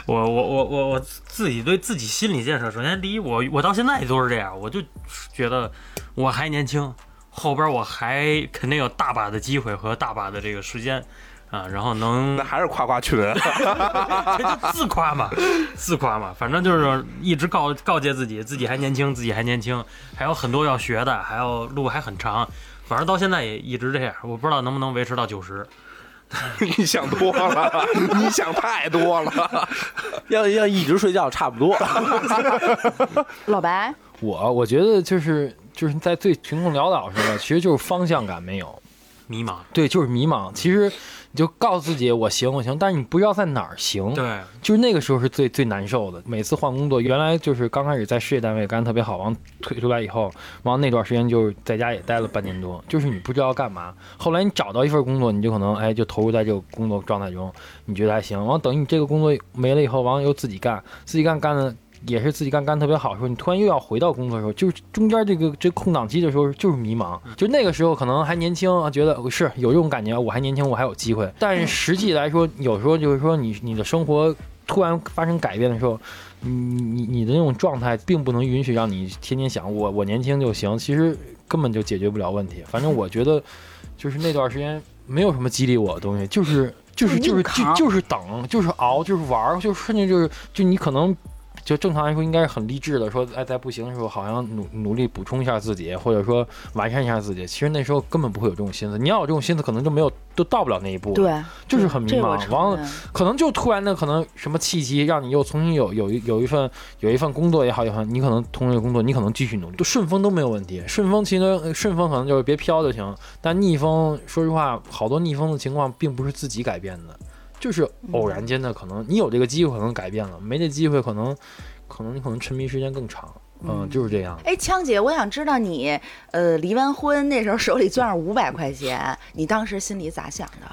Speaker 2: 我我我我我自己对自己心理建设，首先第一，我我到现在也都是这样，我就觉得我还年轻，后边我还肯定有大把的机会和大把的这个时间啊，然后能
Speaker 6: 那还是夸夸群，
Speaker 2: 这就自夸 嘛，自夸嘛，反正就是一直告告诫自己，自己还年轻，自己还年轻，还有很多要学的，还有路还很长。反正到现在也一直这样，我不知道能不能维持到九十。
Speaker 6: 你想多了，你想太多了，
Speaker 4: 要要一直睡觉差不 多。
Speaker 1: 老白，
Speaker 3: 我我觉得就是就是在最穷困潦倒时候，其实就是方向感没有，
Speaker 2: 迷茫，
Speaker 3: 对，就是迷茫。其实你就告诉自己我行我行，但是你不知道在哪儿行。
Speaker 2: 对，
Speaker 5: 嗯
Speaker 3: 就是那个时候是最最难受的。每次换工作，原来就是刚开始在事业单位干得特别好，完退出来以后，完那段时间就是在家也待了半年多，就是你不知道干嘛。后来你找到一份工作，你就可能哎就投入在这个工作状态中，你觉得还行。完等你这个工作没了以后，完又自己干，自己干干的。也是自己干干得特别好的时候，你突然又要回到工作的时候，就是中间这个这空档期的时候，就是迷茫。就那个时候可能还年轻，啊，觉得是有这种感觉，我还年轻，我还有机会。但是实际来说，有时候就是说你你的生活突然发生改变的时候，你你你的那种状态并不能允许让你天天想我我年轻就行，其实根本就解决不了问题。反正我觉得，就是那段时间没有什么激励我的东西，就是就是
Speaker 1: 就
Speaker 3: 就
Speaker 1: 硬
Speaker 3: 是是
Speaker 1: 扛
Speaker 3: 就就是等，就是熬，就是玩儿，就是甚至就是就你可能。就正常来说应该是很励志的，说哎，在不行的时候，好像努努力补充一下自己，或者说完善一下自己。其实那时候根本不会有这种心思，你要有这种心思，可能就没有，都到不了那一步。，
Speaker 1: 对，嗯
Speaker 3: 就是很迷
Speaker 1: 这我
Speaker 3: 茫。
Speaker 1: 承
Speaker 3: 完了
Speaker 1: 认，
Speaker 3: 可能就突然的可能什么契机，让你又重新有有一有一份有一份工作也好，也好，你可能通过这个工作，你可能继续努力，就顺风都没有问题。顺风其实呃顺风可能就是别飘就行，但逆风说实话，好多逆风的情况并不是自己改变的，就是偶然间的，可能你有这个机会可能改变了，没这机会可能可能你可能沉迷时间更长，嗯，就是这样。
Speaker 1: 哎，枪姐，我想知道你，呃，离完婚那时候手里攥着五百块钱，你当时心里咋想的？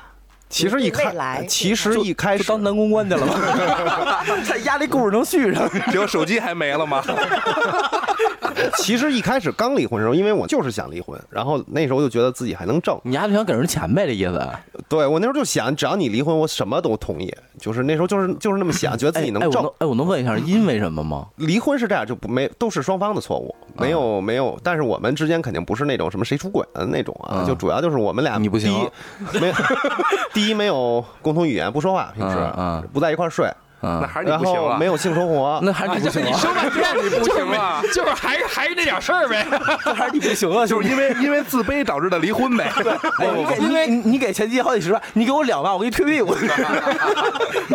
Speaker 5: 其实一
Speaker 1: 未来
Speaker 5: 开，其实一开
Speaker 4: 就
Speaker 5: 始
Speaker 4: 当男公关去 了吗？他压这故事能续上？
Speaker 6: 结果手机还没了吗？
Speaker 5: 其实一开始刚离婚的时候，因为我就是想离婚，然后那时候就觉得自己还能挣。
Speaker 4: 你丫就想给人钱呗？这意思？啊
Speaker 5: 对我那时候就想，只要你离婚，我什么都同意。就是那时候就是就是那么想，觉得自己
Speaker 4: 哎，
Speaker 5: 能
Speaker 4: 我
Speaker 5: 挣。
Speaker 4: 能哎，我能问一下，因为什么吗？
Speaker 5: 离婚是这样，就不没都是双方的错误，
Speaker 4: 啊
Speaker 5: 没有、没有。但是我们之间肯定不是那种什么谁出轨的那种啊，
Speaker 4: 嗯
Speaker 5: 就主要就是我们俩
Speaker 4: 你不行
Speaker 5: 第一 没有第一没有共同语言，不说话，平时、
Speaker 4: 嗯嗯
Speaker 5: 不在一块儿睡，
Speaker 4: 嗯
Speaker 6: 那，还是你
Speaker 5: 然
Speaker 6: 不行啊
Speaker 5: 后
Speaker 6: 了，
Speaker 5: 没有性生活，
Speaker 4: 那还是你不行啊，
Speaker 6: 说半天你不行了，
Speaker 3: 就是还是还是那点事儿呗，
Speaker 4: 还是你不行啊，
Speaker 6: 就是是因为因为自卑导致的离 婚呗。
Speaker 4: 哎，你给你你你给前妻好几十万，你给我两万，我给你退屁股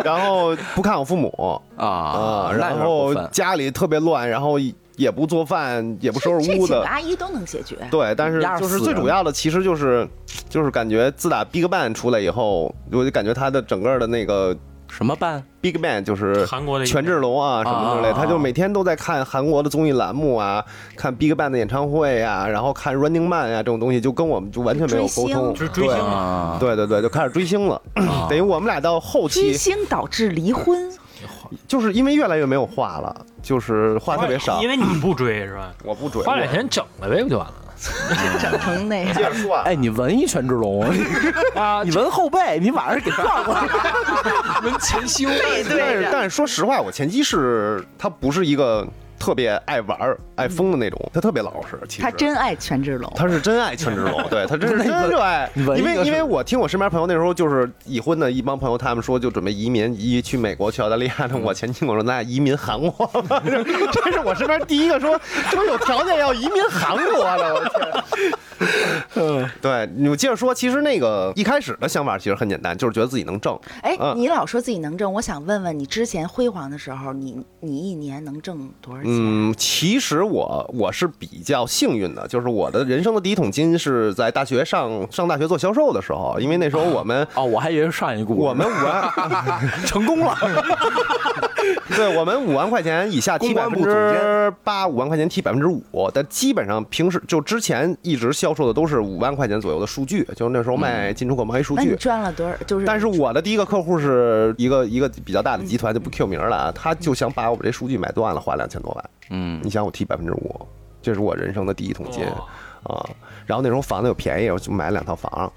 Speaker 5: 然后不看我父母啊、
Speaker 4: 啊那有
Speaker 5: 然
Speaker 4: 点
Speaker 5: 后
Speaker 4: 过分
Speaker 5: 家里特别乱，然后也不做饭，也不收拾
Speaker 1: 这请
Speaker 5: 屋子。
Speaker 1: 阿姨都能解决。
Speaker 5: 对，但是
Speaker 4: 压着
Speaker 5: 就是
Speaker 4: 死
Speaker 5: 最
Speaker 4: 人
Speaker 5: 主要的，其实就是，就是感觉自打 Big Bang 出来以后，我就感觉他的整个的那个
Speaker 4: 什么办？
Speaker 5: Big Bang 就是
Speaker 2: 韩国的一
Speaker 5: 权志龙啊什么之类，
Speaker 4: 啊啊啊
Speaker 5: 他就每天都在看韩国的综艺栏目啊，看 Big Bang 的演唱会啊，然后看 Running Man 啊这种东西，就跟我们就完全没有沟通
Speaker 1: 追。
Speaker 2: 追追星啊嘛，
Speaker 4: 啊，
Speaker 5: 对对对，就开始追星了， 等于我们俩到后
Speaker 1: 追
Speaker 5: 期，
Speaker 1: 星导致离婚，
Speaker 5: 就是因为越来越没有话了，就是话特别少
Speaker 2: 因。为你不追是吧？
Speaker 5: 我不追，
Speaker 3: 花点钱整了呗，不就完了。
Speaker 1: 整成 那
Speaker 5: 接
Speaker 1: 样。
Speaker 5: 着说啊，
Speaker 4: 哎，你纹一权志龙，
Speaker 3: 啊
Speaker 4: 你纹后背，你晚上给撞过来。
Speaker 3: 纹前胸，
Speaker 2: 哎
Speaker 1: 对
Speaker 5: 但
Speaker 1: 对
Speaker 5: 是
Speaker 1: 着，
Speaker 5: 但是说实话，我前妻是她不是一个特别爱玩儿、爱疯的那种，她特别老实。其实
Speaker 1: 他真爱权志龙。
Speaker 5: 他是真爱权志龙，对他真是真热爱。
Speaker 4: 你闻一
Speaker 5: 因
Speaker 4: 个
Speaker 5: 为
Speaker 4: 是
Speaker 5: 因为我听我身边朋友那时候就是已婚的一帮朋友，他们说就准备移民移去美国去澳大利亚的。我前妻跟我说咱俩移民韩国吧，这是我身边第一个说说有条件要移民韩国的。我的天，对，你接着说，其实那个一开始的想法其实很简单，就是觉得自己能挣。
Speaker 1: 哎，
Speaker 5: 嗯
Speaker 1: 你老说自己能挣，我想问问你，之前辉煌的时候，你你一年能挣多少钱？
Speaker 5: 嗯，其实我我是比较幸运的，就是我的人生的第一桶金是在大学上上大学做销售的时候，因为那时候我们
Speaker 4: 哦，我还以为是上一股，
Speaker 5: 我 们五万 成功了， 对我们五万块钱以下提
Speaker 4: 公
Speaker 5: 百
Speaker 4: 关
Speaker 5: 分
Speaker 4: 部总监
Speaker 5: 之八，五万块钱提百分之五，但基本上平时就之前一直销售的都是五万块钱左右的数据，就是那时候卖
Speaker 4: 嗯
Speaker 5: 进出口贸易数
Speaker 1: 那
Speaker 5: 据。
Speaker 1: 你赚了多少？就是，
Speaker 5: 但是我的第一个客户是一个一个比较大的集团，就不 Q 名了啊，他就想把我这数据买断了，花两千多万。
Speaker 4: 嗯
Speaker 5: 你想我提百分之五，这是我人生的第一桶金
Speaker 1: 哦
Speaker 2: 哇
Speaker 5: 啊。然后那时候房子又便宜，我就买了两套房。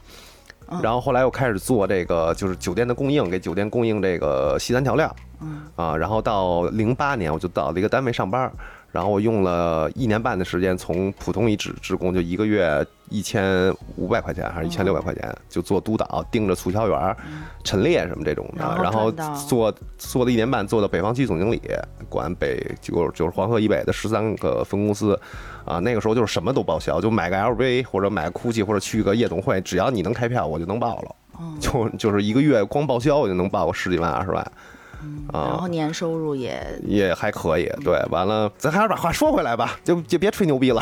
Speaker 1: 嗯
Speaker 5: 然后后来又开始做这个，就是酒店的供应，给酒店供应这个西餐调料
Speaker 1: 嗯，
Speaker 5: 啊。然后到零八年，我就到了一个单位上班，然后我用了一年半的时间，从普通一职职工就一个月一千五百块钱还是一千六百块钱，就做督导，盯着促销员儿、陈列什么这种的，
Speaker 1: 嗯然
Speaker 5: 然
Speaker 1: 后
Speaker 5: 后
Speaker 1: 转到
Speaker 5: 做做了一年半，做到北方区总经理，管北就是就是黄河以北的十三个分公司，啊，那个时候就是什么都报销，就买个 LV 或者买个 GUCCI 或者去个夜总会，只要你能开票，我就能报了，
Speaker 1: 哦
Speaker 5: 就就是一个月光报销我就能报个十几万二十万，
Speaker 1: 然
Speaker 5: 啊
Speaker 1: 后，年收入也，
Speaker 5: 也还可以，对，完了，咱还是把话说回来吧，就就别吹牛逼了。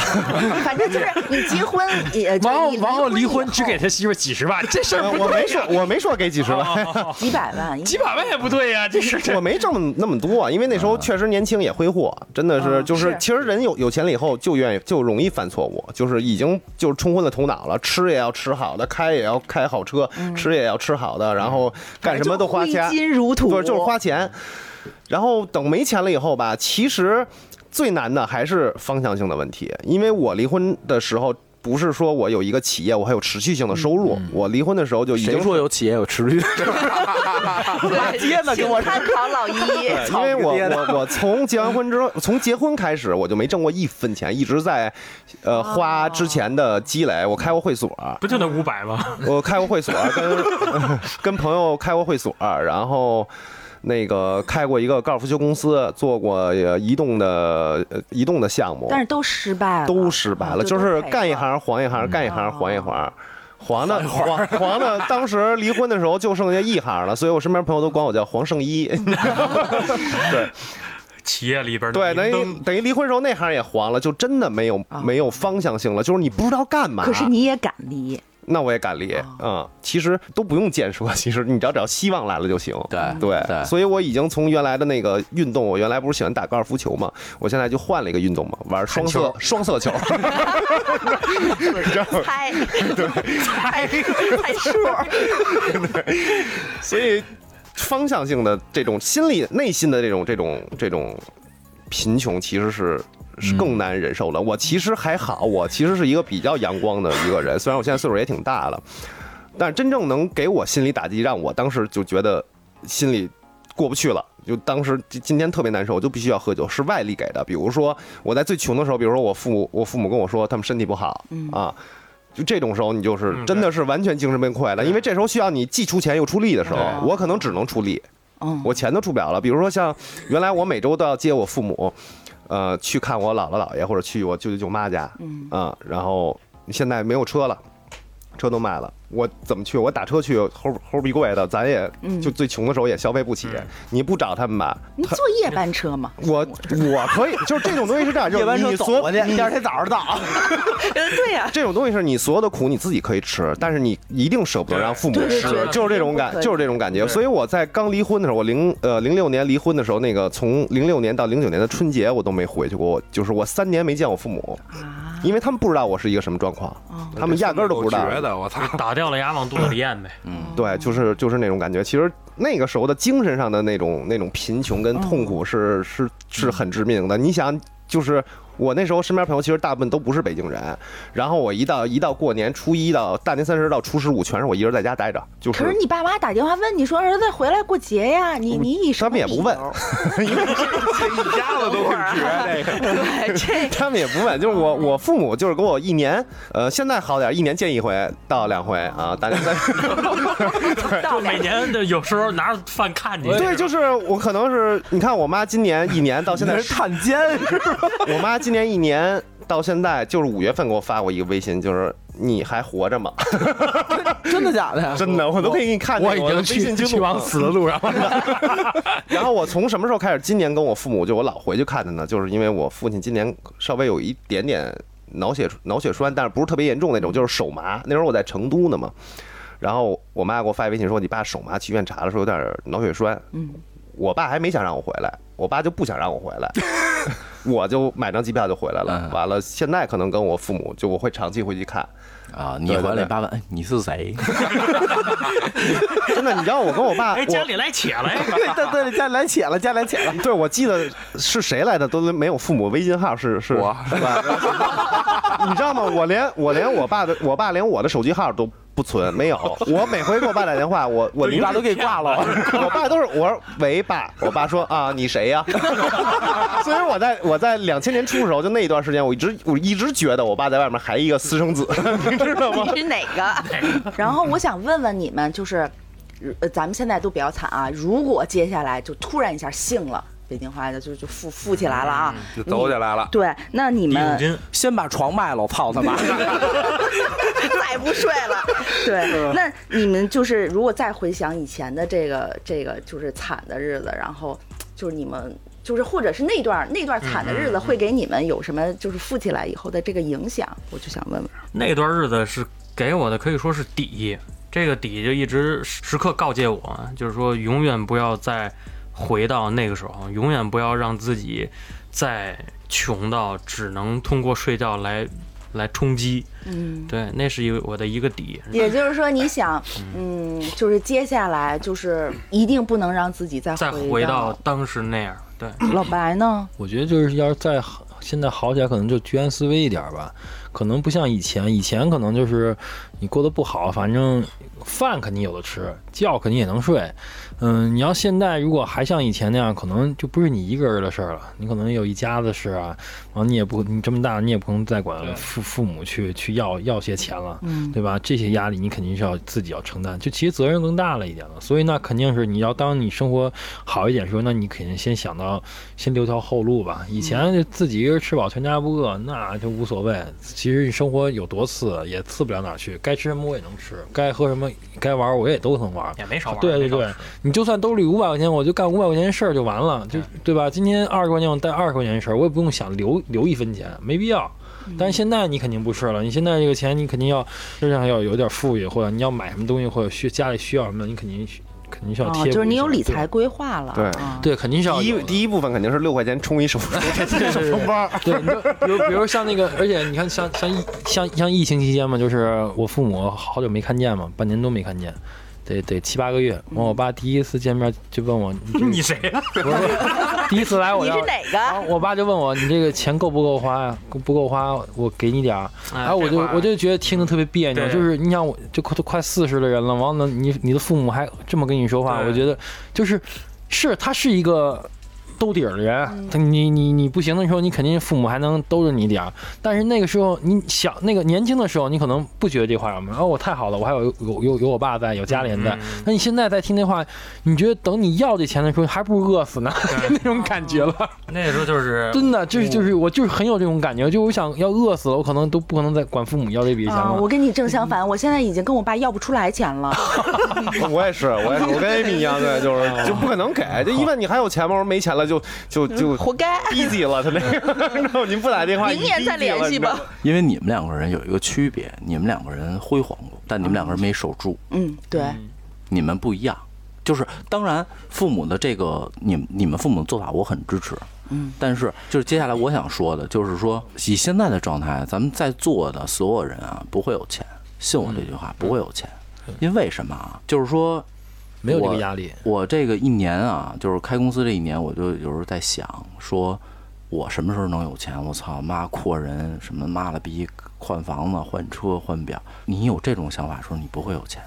Speaker 1: 反正就是你结婚也，
Speaker 3: 王后
Speaker 1: 你呃
Speaker 3: 王后离婚
Speaker 1: 以
Speaker 3: 只给
Speaker 1: 后
Speaker 3: 他媳妇儿几十万，这事 儿 不
Speaker 5: 我没说， 哦我没说给几十万，
Speaker 1: 几百万，
Speaker 3: 几百万也不对呀、这事儿这
Speaker 5: 我没挣那么多，因为那时候确实年轻也挥霍，真的
Speaker 1: 嗯
Speaker 5: 是啊就是
Speaker 1: 是，
Speaker 5: 其实人有有钱了以后就愿意就容易犯错误，就是已经就是冲昏了头脑了，吃也要吃好的，开也要开好车，吃也要吃好的，然后干什么都花钱
Speaker 1: 就，挥金如土，
Speaker 5: 对，就是花钱。然后等没钱了以后吧，其实最难的还是方向性的问题，因为我离婚的时候。不是说我有一个企业，我还有持续性的收入。我离婚的时候就已
Speaker 4: 嗯谁
Speaker 5: 经
Speaker 4: 说有企业有 持续？
Speaker 1: 对。
Speaker 4: 爹呢跟我
Speaker 1: 请参考老 一，
Speaker 5: 对，因为我我我从结完婚之后，从结婚开始我就没挣过一分钱，一直在，
Speaker 4: 哦
Speaker 5: 呃，花之前的积累。我开过会所，
Speaker 2: 不就那五百吗？
Speaker 5: 我开过会所，啊跟 跟朋友开过会所，啊然后那个开过一个高尔夫球公司，做过呃移动的呃移动的项目，
Speaker 1: 但是都失败了，
Speaker 5: 都失败了，
Speaker 1: 啊就
Speaker 5: 就是
Speaker 1: 都赔
Speaker 5: 干一
Speaker 1: 了
Speaker 5: 行黄一行，干一
Speaker 1: 哦
Speaker 5: 行黄一行。 黄的黄黄的，当时离婚的时候就剩下一行了，所以我身边朋友都管我叫黄圣 依。
Speaker 2: 企业里边
Speaker 5: 对，等
Speaker 2: 能
Speaker 5: 于等于离婚时候那行也黄了，就真的没有、没有方向性了，就是你不知道干嘛。
Speaker 1: 哦可是你也哦敢 离，
Speaker 5: 那我也敢离，嗯，其实都不用建设，其实你只要只要希望来了就行。
Speaker 4: 对
Speaker 5: 对
Speaker 4: 对
Speaker 5: 所以我已经从原来的那个运动，我原来不是喜欢打高尔夫球嘛，我现在就换了一个运动嘛，玩双色双色球。
Speaker 1: 猜，对，猜 猜数，
Speaker 5: 所以方向性的这种心理内心的这种这种这种贫穷，其实是。是更难忍受了。
Speaker 2: 嗯
Speaker 5: 我其实还好，我其实是一个比较阳光的一个人，虽然我现在岁数也挺大了，但真正能给我心理打击，让我当时就觉得心里过不去了。就当时今今天特别难受，我就必须要喝酒，是外力给的。比如说我在最穷的时候，比如说我
Speaker 2: 嗯
Speaker 5: 父母，我父母跟我说他们身体不好、啊，就这种时候你就是
Speaker 2: 嗯
Speaker 5: 真的是完全精神崩溃了，因为这时候需要你既出钱又出力的时候
Speaker 2: 对，
Speaker 5: 我可能只能出力，
Speaker 1: 嗯，
Speaker 5: 我钱都出不了了。比如说像原来我每周都要接我父母，呃，去看我姥姥姥爷或者去我舅舅舅妈家，
Speaker 1: 嗯
Speaker 5: 啊，然后现在没有车了，车都卖了，我怎么去？我打车去，齁齁逼贵的，咱也
Speaker 1: 嗯
Speaker 5: 就最穷的时候也消费不起。
Speaker 4: 嗯
Speaker 5: 你不找他们吧，
Speaker 1: 你坐夜班车吗？
Speaker 5: 我我可以，就是这种东西是这样，就
Speaker 4: 夜晚
Speaker 5: 是
Speaker 4: 上
Speaker 5: 你
Speaker 4: 走
Speaker 5: 所
Speaker 4: 过去，第二天早上到。
Speaker 1: 对呀，
Speaker 5: 这种东西是你所有的苦你自己可以吃，但是你一定舍不得让父母
Speaker 1: 对对
Speaker 5: 吃
Speaker 1: 对，
Speaker 5: 就是这种感，
Speaker 1: 对
Speaker 5: 就是这种感觉。
Speaker 2: 对
Speaker 5: 所以我在刚离婚的时候，我零呃零六年离婚的时候，那个从零六年到零九年的春节我都没回去过，我就是我三年没见我父母，
Speaker 1: 啊，
Speaker 5: 因为他们不知道我是一个什么状况，
Speaker 1: 哦
Speaker 5: 他们压根儿都不知道。
Speaker 6: 觉得我操，
Speaker 2: 打掉了牙往肚子里咽呗。
Speaker 5: 对，就是就是那种感觉。其实那个时候的精神上的那种那种贫穷跟痛苦是、是是很致命的。你想，就是我那时候身边朋友其实大部分都不是北京人，然后我一到一到过年初一到大年三十到初十五，全是我一人在家待着，就
Speaker 1: 可
Speaker 5: 是
Speaker 1: 是你爸妈打电话问你说儿子回来过节呀，你你以什么
Speaker 5: 他们也不问
Speaker 1: 理由
Speaker 6: 一家子都挺 绝这个。
Speaker 1: 对，这
Speaker 5: 他们也不问，就是我我父母就是给我一年，呃，现在好点，一年见一回到两回啊，大年三十。嗯
Speaker 1: 到两
Speaker 2: 每年的有时候拿着饭看你，
Speaker 5: 对，就是我可能是你看我妈今年一年到现在
Speaker 4: 探监，
Speaker 5: 我妈今年一年到现在就是五月份给我发过一个微信，就是你还活着吗？
Speaker 4: 真的假的呀？
Speaker 5: 真的，我都可以给你看那
Speaker 3: 我
Speaker 5: 个
Speaker 3: 已
Speaker 5: 的
Speaker 3: 经
Speaker 5: 微信
Speaker 3: 去
Speaker 5: 记
Speaker 3: 去
Speaker 5: 录
Speaker 3: 往死的路上了。
Speaker 5: 然后我从什么时候开始？今年跟我父母就我老回去看的呢，就是因为我父亲今年稍微有一点点脑血脑血栓，但是不是特别严重那种，就是手麻。那时候我在成都呢嘛，然后我妈给我发微信说你爸手麻，去医院查了，说有点脑血栓。嗯，我爸还没想让我回来，我爸就不想让我回来。我就买张机票就回来了，
Speaker 4: 嗯
Speaker 5: 完了，现在可能跟我父母就我会长期回去看，
Speaker 4: 啊，你回来八万，哎你是谁？
Speaker 5: 真的，你知道我跟我爸，
Speaker 2: 哎，
Speaker 5: 我
Speaker 2: 家里来且了，哎
Speaker 4: 对对对，加来且了，加来且了。
Speaker 5: 对，我记得是谁来的都没有父母微信号，是是
Speaker 6: 我
Speaker 5: 是吧？ 你知道吗？我连我连我爸的，我爸连我的手机号都不存，没有。我每回给我爸打电话，我我
Speaker 4: 你爸都给挂了，
Speaker 5: 我爸都是我说喂爸，我爸说啊你谁呀、 所以我在我在两千年初的时候，就那一段时间，我一直我一直觉得我爸在外面还一个私生子， 你知道吗？
Speaker 1: 你是哪个？然后我想问问你们，就是，呃咱们现在都比较惨啊。如果接下来就突然一下兴了，北京话就就就富富起来了啊，
Speaker 6: 嗯
Speaker 5: 嗯
Speaker 6: 就走起来了
Speaker 1: 你对，那你
Speaker 2: 李永
Speaker 1: 们
Speaker 2: 金，
Speaker 4: 先把床卖了，操 他妈！
Speaker 1: 再不睡了。
Speaker 6: 嗯
Speaker 1: 对，那你们就是如果再回想以前的这个这个就是惨的日子，然后就是你们就是或者是那段那段
Speaker 6: 嗯
Speaker 1: 惨的日子，会给你们有什么就是富起来以后的这个影响？我就想问问。
Speaker 2: 那段日子是给我的可以说是底，这个底就一直时刻告诫我，就是说永远不要再回到那个时候，永远不要让自己再穷到只能通过睡觉来来充饥。
Speaker 1: 嗯，
Speaker 2: 对，那是一个我的一个底。
Speaker 1: 也就是说，你想，嗯，就是接下来就是一定不能让自己再
Speaker 2: 再
Speaker 1: 回
Speaker 2: 回到当时那样，对，
Speaker 1: 老白呢？
Speaker 3: 我觉得就是要是再好现在好起来，可能就居安思危一点儿吧。可能不像以前，以前可能就是你过得不好，反正饭肯定有的吃，觉肯定也能睡。嗯，你要现在如果还像以前那样，可能就不是你一个人的事儿了，你可能有一家子事啊。完，了你也不你这么大，你也不能再管父父母去去要要些钱了。
Speaker 1: 嗯，
Speaker 3: 对吧？这些压力你肯定是要自己要承担，就其实责任更大了一点了。所以那肯定是你要当你生活好一点的时候，那你肯定先想到先留条后路吧。以前就自己一个人吃饱全家不饿，那就无所谓。其实你生活有多次也次不了哪儿去，该吃什么我也能吃，该喝什么该玩我也都能玩。
Speaker 2: 也没少玩。
Speaker 3: 对对
Speaker 2: 没少
Speaker 3: 对
Speaker 2: 吃，
Speaker 3: 你就算兜里五百块钱，我就干五百块钱的事儿就完了，就对吧？今天二十块钱我带二十块钱的事儿，我也不用想留留一分钱，没必要。但是现在你肯定不是了，你现在这个钱你肯定要身上要有点富裕，或者你要买什么东西，或者需家里需要什么，你肯定需肯定是要
Speaker 1: 哦
Speaker 3: 贴、，
Speaker 1: 就是你有理财，规划了，
Speaker 5: 对
Speaker 1: 啊，
Speaker 3: 对，肯定是要
Speaker 5: 第
Speaker 3: 有
Speaker 5: 一
Speaker 3: 的
Speaker 5: 第一部分肯定是六块钱充一手手充包，
Speaker 3: 对，你就比如比如像那个，而且你看像像疫像像疫情期间嘛，就是我父母好久没看见嘛，半年多没看见，得得七八个月。
Speaker 1: 嗯
Speaker 3: 完，我爸第一次见面就问我，你这个
Speaker 2: 你谁啊 呀？
Speaker 3: 不是 第一次来我
Speaker 1: 你
Speaker 3: 家
Speaker 1: 是，哪
Speaker 3: 然
Speaker 1: 个
Speaker 3: 后？我爸就问我你这个钱够不够花呀、够不够花，我给你点儿。然
Speaker 2: 哎
Speaker 3: 后我就
Speaker 2: 这话
Speaker 3: 我就觉得听着特别别扭，
Speaker 2: 对
Speaker 3: 就是你想我就快都快四十的人了，完了你你的父母还这么跟你说话，
Speaker 2: 对
Speaker 3: 我觉得就是是他是一个。兜底儿的人，
Speaker 1: 嗯
Speaker 3: 他你你你不行的时候，你肯定父母还能兜着你点儿。但是那个时候，你想那个年轻的时候，你可能不觉得这话什么，哦，我太好了，我还有有有有我爸在，有家里人在
Speaker 2: 嗯。
Speaker 3: 那、你现在再听这话，你觉得等你要这钱的时候，还不如饿死呢，就那种感觉了。嗯
Speaker 2: 那时候就是
Speaker 3: 真的，就是就是我就是很有这种感觉，就我想要饿死了，我可能都不可能再管父母要这笔钱
Speaker 1: 啊，
Speaker 3: 了。
Speaker 1: 我跟你正相反，我现在已经跟我爸要不出来钱了。
Speaker 5: 我也是，我也是，我跟 Amy 一样，对，就是就不可能给，就一问你还有钱吗？我说没钱了，就就 就
Speaker 1: 活该。
Speaker 5: 逼急了他那个， 然后您不打电话，
Speaker 1: 嗯明年再联系吧。
Speaker 4: 因为你们两个人有一个区别，你们两个人辉煌过，但你们两个人没守住，
Speaker 1: 嗯，对，
Speaker 4: 你们不一样。就是当然，父母的这个你你们父母的做法我很支持，嗯，但是就是接下来我想说的，就是说以现在的状态，咱们在座的所有人啊，不会有钱，信我这句话，不会有钱，因为什么啊？就是说
Speaker 3: 没有这
Speaker 4: 我
Speaker 3: 个压力，
Speaker 4: 我这个一年啊，就是开公司这一年，我就有时候在想，说我什么时候能有钱？我操，妈阔人什么妈了逼，换房子、换车、换表。你有这种想法的时候，你不会有钱，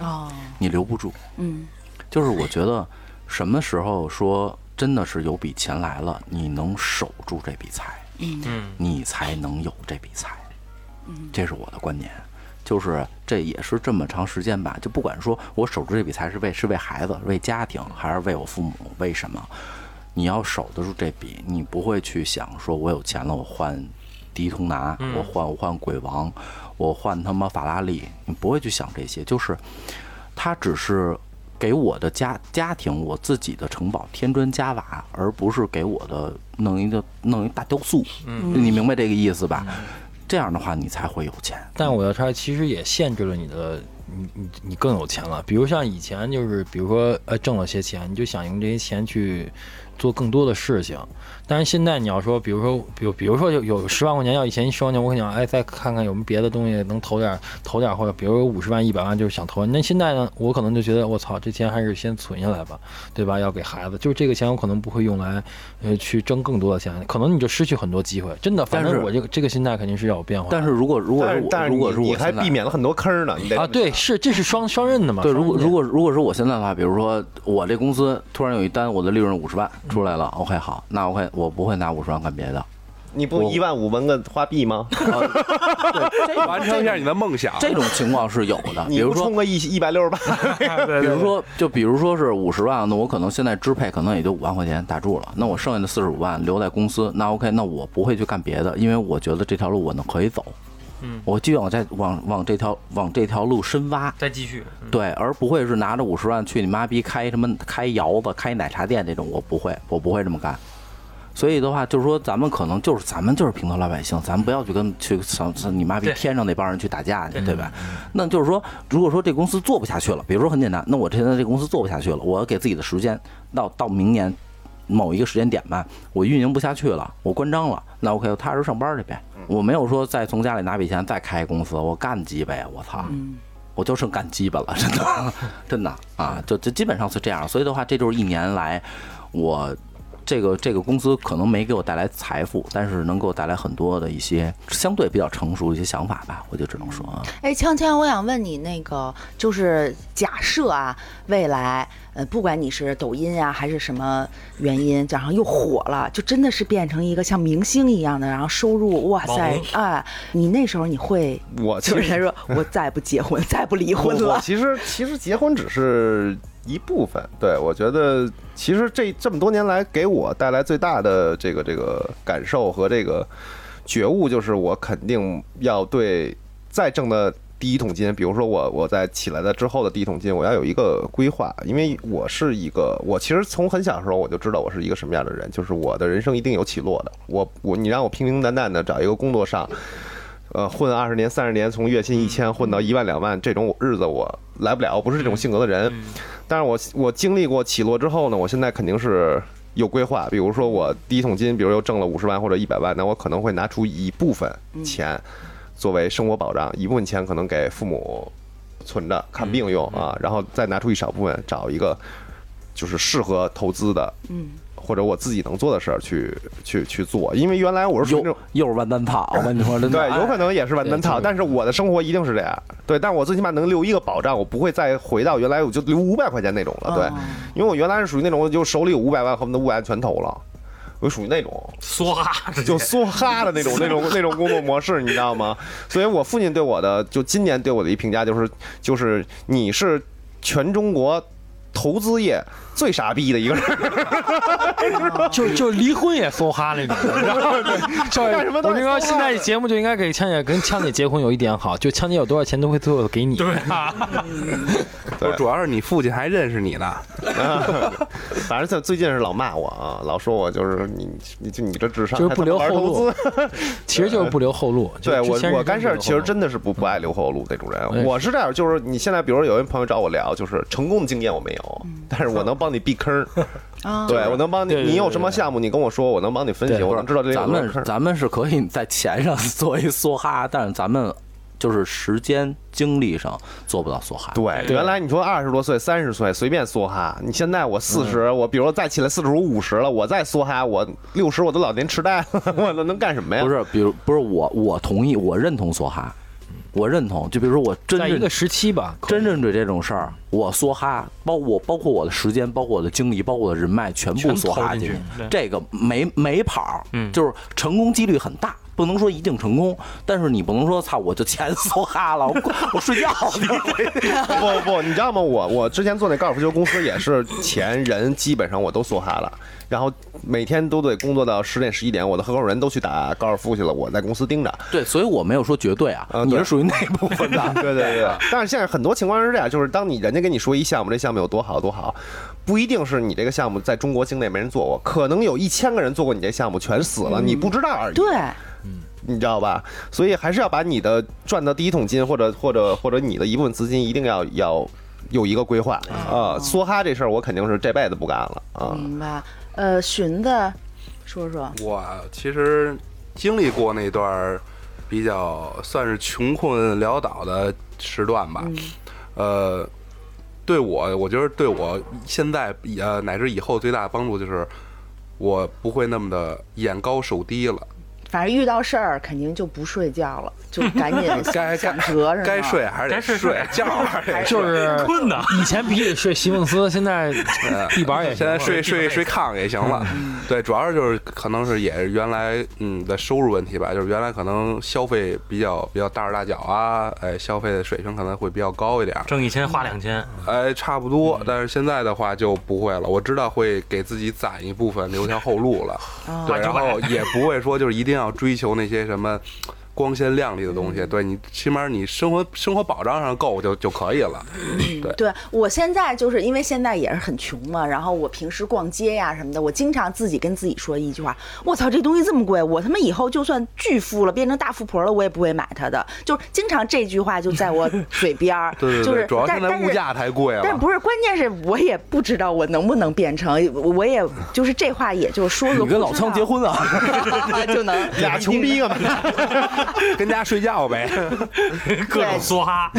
Speaker 1: 哦，
Speaker 4: 你留不住。
Speaker 1: 嗯，
Speaker 4: 就是我觉得什么时候说真的是有笔钱来了，你能守住这笔财，
Speaker 2: 嗯，
Speaker 4: 你才能有这笔财。这是我的观点，就是这也是这么长时间吧，就不管说我守住这笔财是为是为孩子、为家庭，还是为我父母，为什么？你要守得住这笔，你不会去想说我有钱了，我换迪通拿，
Speaker 2: 嗯
Speaker 4: 我换我换鬼王，我换他妈法拉利，你不会去想这些，就是他只是给我的家家庭我自己的城堡添砖加瓦，而不是给我的弄一个弄一大雕塑，
Speaker 6: 嗯
Speaker 4: 你明白这个意思吧？这样的话你才会有钱。
Speaker 3: 但我要插，其实也限制了你的，你你你更有钱了。比如像以前就是，比如说呃挣了些钱，你就想用这些钱去做更多的事情。但是现在你要说，比如说，比如比如说有有十万块钱，要以前十万块钱，我肯定哎再看看有没有别的东西能投点投点，或者比如说五十万、一百万，就是想投。那现在呢，我可能就觉得我操，这钱还是先存下来吧，对吧？要给孩子，就是这个钱我可能不会用来呃去挣更多的钱，可能你就失去很多机会。真的，反
Speaker 4: 但
Speaker 3: 正
Speaker 4: 是
Speaker 3: 我这个这个心态肯定是要有变化的。
Speaker 4: 但是如果如果
Speaker 5: 但
Speaker 4: 是
Speaker 5: 是
Speaker 4: 我
Speaker 5: 但是
Speaker 4: 如果
Speaker 5: 你
Speaker 4: 是我
Speaker 5: 你还
Speaker 4: 现在
Speaker 5: 避免了很多坑呢，你得
Speaker 3: 啊，对，是这是双双刃的嘛？
Speaker 4: 对，如果
Speaker 3: 双刃剑
Speaker 4: 如果如果是我现在的话，比如说我这公司突然有一单，我的利润五十万出来了、o k 好，那 OK 我不会拿五十万干别的，
Speaker 5: 你不一万五纹个花臂吗？
Speaker 6: 完成一下你的啊梦想。
Speaker 4: 这种情况是有的。比
Speaker 5: 你
Speaker 4: 如
Speaker 5: 不
Speaker 4: 说
Speaker 5: 充，个一一百六十八？
Speaker 4: 比如说，就比如说是五十万，那我可能现在支配可能也就五万块钱打住了，那我剩下的四十五万留在公司，那 OK，那我不会去干别的，因为我觉得这条路我能可以走，
Speaker 2: 嗯，
Speaker 4: 我继续往在往往这条往这条路深挖，
Speaker 2: 再继续，嗯
Speaker 4: 对，而不会是拿着五十万去你妈逼开什么开窑子、开奶茶店这种，我不会，我不会这么干。所以的话，就是说，咱们可能就是咱们就是平头老百姓，咱们不要去跟去想你妈逼
Speaker 2: 对
Speaker 4: 天上那帮人去打架去，
Speaker 2: 对嗯
Speaker 4: 对吧？那就是说，如果说这公司做不下去了，比如说很简单，那我现在这公司做不下去了，我要给自己的时间到到明年某一个时间点吧，我运营不下去了，我关张了，那 OK，我踏实上班去呗。
Speaker 2: 嗯
Speaker 4: 我没有说再从家里拿笔钱再开一公司，我干鸡呗，我
Speaker 2: 嗯
Speaker 4: 操！我就剩干鸡巴了， 真的，真的啊，就就基本上是这样。所以的话，这就是一年来我这个这个公司可能没给我带来财富，但是能给我带来很多的一些相对比较成熟的一些想法吧，我就只能 说啊，
Speaker 1: 哎，锵锵，我想问你，那个就是假设啊，未来呃，不管你是抖音啊还是什么原因，然后又火了，就真的是变成一个像明星一样的，然后收入哇
Speaker 2: 网
Speaker 1: 塞
Speaker 2: 红
Speaker 1: 哎，你那时候你会
Speaker 5: 我
Speaker 1: 就是
Speaker 5: 其
Speaker 1: 他
Speaker 5: 实
Speaker 1: 说我再不结婚， 再不离婚
Speaker 5: 我我
Speaker 1: 了，
Speaker 5: 其实其实结婚只是一部分，对我觉得其实这这么多年来给我带来最大的这个这个感受和这个觉悟，就是我肯定要对再挣的。第一桶金，比如说我我在起来的之后的第一桶金，我要有一个规划，因为我是一个，我其实从很小的时候我就知道我是一个什么样的人，就是我的人生一定有起落的。我我你让我平平淡淡的找一个工作上，呃，混二十年、三十年，从月薪一千混到一万、两万，这种日子我来不了，我不是这种性格的人。但是我我经历过起落之后呢，我现在肯定是有规划，比如说我第一桶金，比如又挣了五十万或者一百万，那我可能会拿出一部分钱作为生活保障，一部分钱可能给父母存着看病用啊，然后再拿出一少部分找一个就是适合投资的，嗯。或者我自己能做的事儿去去去做，因为原来我是属于那
Speaker 4: 又
Speaker 5: 种
Speaker 4: 又是万单炮，我跟你说，真的，
Speaker 5: 对，有可能也是万能
Speaker 3: 对
Speaker 5: 套，
Speaker 3: 就是
Speaker 5: 但是我的生活一定是这样。对，但我最起码能留一个保障，我不会再回到原来我就留五百块钱那种了。对，因为我原来是属于那种，我就手里有五百万，恨不得五百万全投了。我属于那 种
Speaker 2: 梭哈， 直接
Speaker 5: 就梭哈的那种那种那种工作模式，你知道吗？所以我父亲对我的就今年对我的一评价就是就是你是全中国投资业最傻逼的一 个人，
Speaker 3: 就就离婚也梭哈 那种，然后就
Speaker 5: 干什么都
Speaker 3: 我
Speaker 5: 是
Speaker 3: 跟你说，现在节目就应该给呛姐跟呛姐结婚有一点好，就呛姐有多少钱都会最后给你。
Speaker 2: 对啊，
Speaker 5: 对
Speaker 6: 主要是你父亲还认识你呢，
Speaker 5: 反正最最近是老骂我啊，老说我就是你你就你这智商
Speaker 3: 就是
Speaker 5: 还他妈
Speaker 3: 不留
Speaker 5: 玩
Speaker 3: 后
Speaker 5: 投资
Speaker 3: 路。 其实就是不留后路。就
Speaker 5: 对
Speaker 3: 之
Speaker 5: 我
Speaker 3: 前是
Speaker 5: 我干事儿其实
Speaker 3: 不留后路哎
Speaker 5: 真的是不不爱留后路那种
Speaker 3: 我也
Speaker 5: 人。
Speaker 3: 是
Speaker 5: 我是这样，就是你现在比如说有人朋友找我聊，就是成功的经验我没有，但是我能帮你避坑儿，
Speaker 1: 啊，
Speaker 5: 对我能帮你，
Speaker 3: 对对对
Speaker 5: 你有什么项目你跟我说，我能帮你分析，
Speaker 3: 对
Speaker 5: 我能知道这里有
Speaker 4: 啊咱
Speaker 5: 多少
Speaker 4: 们
Speaker 5: 坑儿。
Speaker 4: 咱们是可以在钱上 做一梭哈，但是咱们就是时间精力上做不到梭哈。
Speaker 5: 对，
Speaker 2: 对
Speaker 5: 原来你说二十多岁、三十岁随便梭哈，你现在我四十，
Speaker 3: 嗯
Speaker 5: 我比如说再起来四十五、五十了，我再梭哈，我六十我都老年痴呆了， 我能能干什么呀？
Speaker 4: 不是，比如不是我，我同意，我认同梭哈，我认同。就比如说我真
Speaker 3: 在一
Speaker 4: 认
Speaker 3: 个时期吧，可
Speaker 4: 真认准这种事儿，我梭哈，包我包括我的时间，包括我的精力，包括我的人脉，全部
Speaker 2: 全
Speaker 4: 梭哈
Speaker 2: 投进
Speaker 4: 去
Speaker 2: 去对。
Speaker 4: 这个没没跑，
Speaker 2: 嗯
Speaker 4: 就是成功几率很大。不能说一定成功，但是你不能说操，我就钱梭哈了，我我睡觉 了，
Speaker 5: 不不不，你知道吗？我我之前做那高尔夫球公司也是钱人基本上我都梭哈了，然后每天都得工作到十点十一点，我的合伙人都去打高尔夫去了，我在公司盯着。
Speaker 4: 对，所以我没有说绝对啊，
Speaker 5: 啊对
Speaker 4: 你是属于那 部分的。
Speaker 5: 对对对，但是现在很多情况是这样，就是当你人家跟你说一项目这项目有多好多好，不一定是你这个项目在中国境内没人做过，可能有一千个人做过你这项目全死了，你不知道而 已。
Speaker 1: 对，
Speaker 5: 你知道吧？所以还是要把你的赚到第一桶金，或者或者或者你的一部分资金，一定要要有一个规划
Speaker 2: 嗯
Speaker 5: 啊。梭哈这事儿，我肯定是这辈子不干了啊。
Speaker 1: 明白。呃，寻子，说说，
Speaker 6: 我其实经历过那段儿比较算是穷困潦倒的时段吧，呃，对我，我觉得对我现在以呃乃至以后最大的帮助就是，我不会那么的眼高手低了，
Speaker 1: 反正遇到事儿肯定就不睡觉了，就赶紧
Speaker 6: 该
Speaker 1: 想
Speaker 6: 该
Speaker 1: 辙是吗？
Speaker 6: 该睡还是
Speaker 2: 该
Speaker 6: 得
Speaker 2: 睡
Speaker 6: 睡
Speaker 2: 睡，
Speaker 6: 觉还是得睡
Speaker 3: 就是
Speaker 2: 困呐
Speaker 3: 以前鼻里睡席梦思，现在地板也嗯
Speaker 6: 现在睡
Speaker 2: 地板
Speaker 6: 睡
Speaker 2: 也嗯
Speaker 6: 睡炕也行了，对，主要是就是可能是也是原来嗯的收入问题吧，就是原来可能消费比较比较大手大脚啊，哎，消费的水平可能会比较高一点儿，
Speaker 2: 挣一千花两千，
Speaker 6: 哎，差不多，
Speaker 3: 嗯
Speaker 6: 但是现在的话就不会了，我知道会给自己攒一部分，留条后路 了，
Speaker 2: 哦
Speaker 6: 对，然后也不会说就是一定要追求那些什么。光鲜亮丽的东
Speaker 2: 嗯
Speaker 6: 西，对你起码你生活生活保障上够就就可以了。
Speaker 2: 嗯
Speaker 6: 对
Speaker 1: 对我现在就是因为现在也是很穷嘛，然后我平时逛街呀、什么的，我经常自己跟自己说一句话：我操，这东西这么贵，我他妈以后就算巨富了，变成大富婆了，我也不会买它的。就是经常这句话就在 我嘴边儿，
Speaker 6: 对对
Speaker 1: 就
Speaker 6: 对，
Speaker 1: 是
Speaker 6: 主要
Speaker 1: 但
Speaker 6: 现在
Speaker 1: 但
Speaker 6: 物
Speaker 1: 是
Speaker 6: 价太贵了。
Speaker 1: 但不是，关键是我也不知道我能不能变成，我也就是这话，也就说说。
Speaker 4: 你跟老苍 结婚啊？
Speaker 1: 婚 就能
Speaker 5: 俩穷逼干嘛？
Speaker 6: 跟家睡 觉呗。
Speaker 2: 各种梭哈，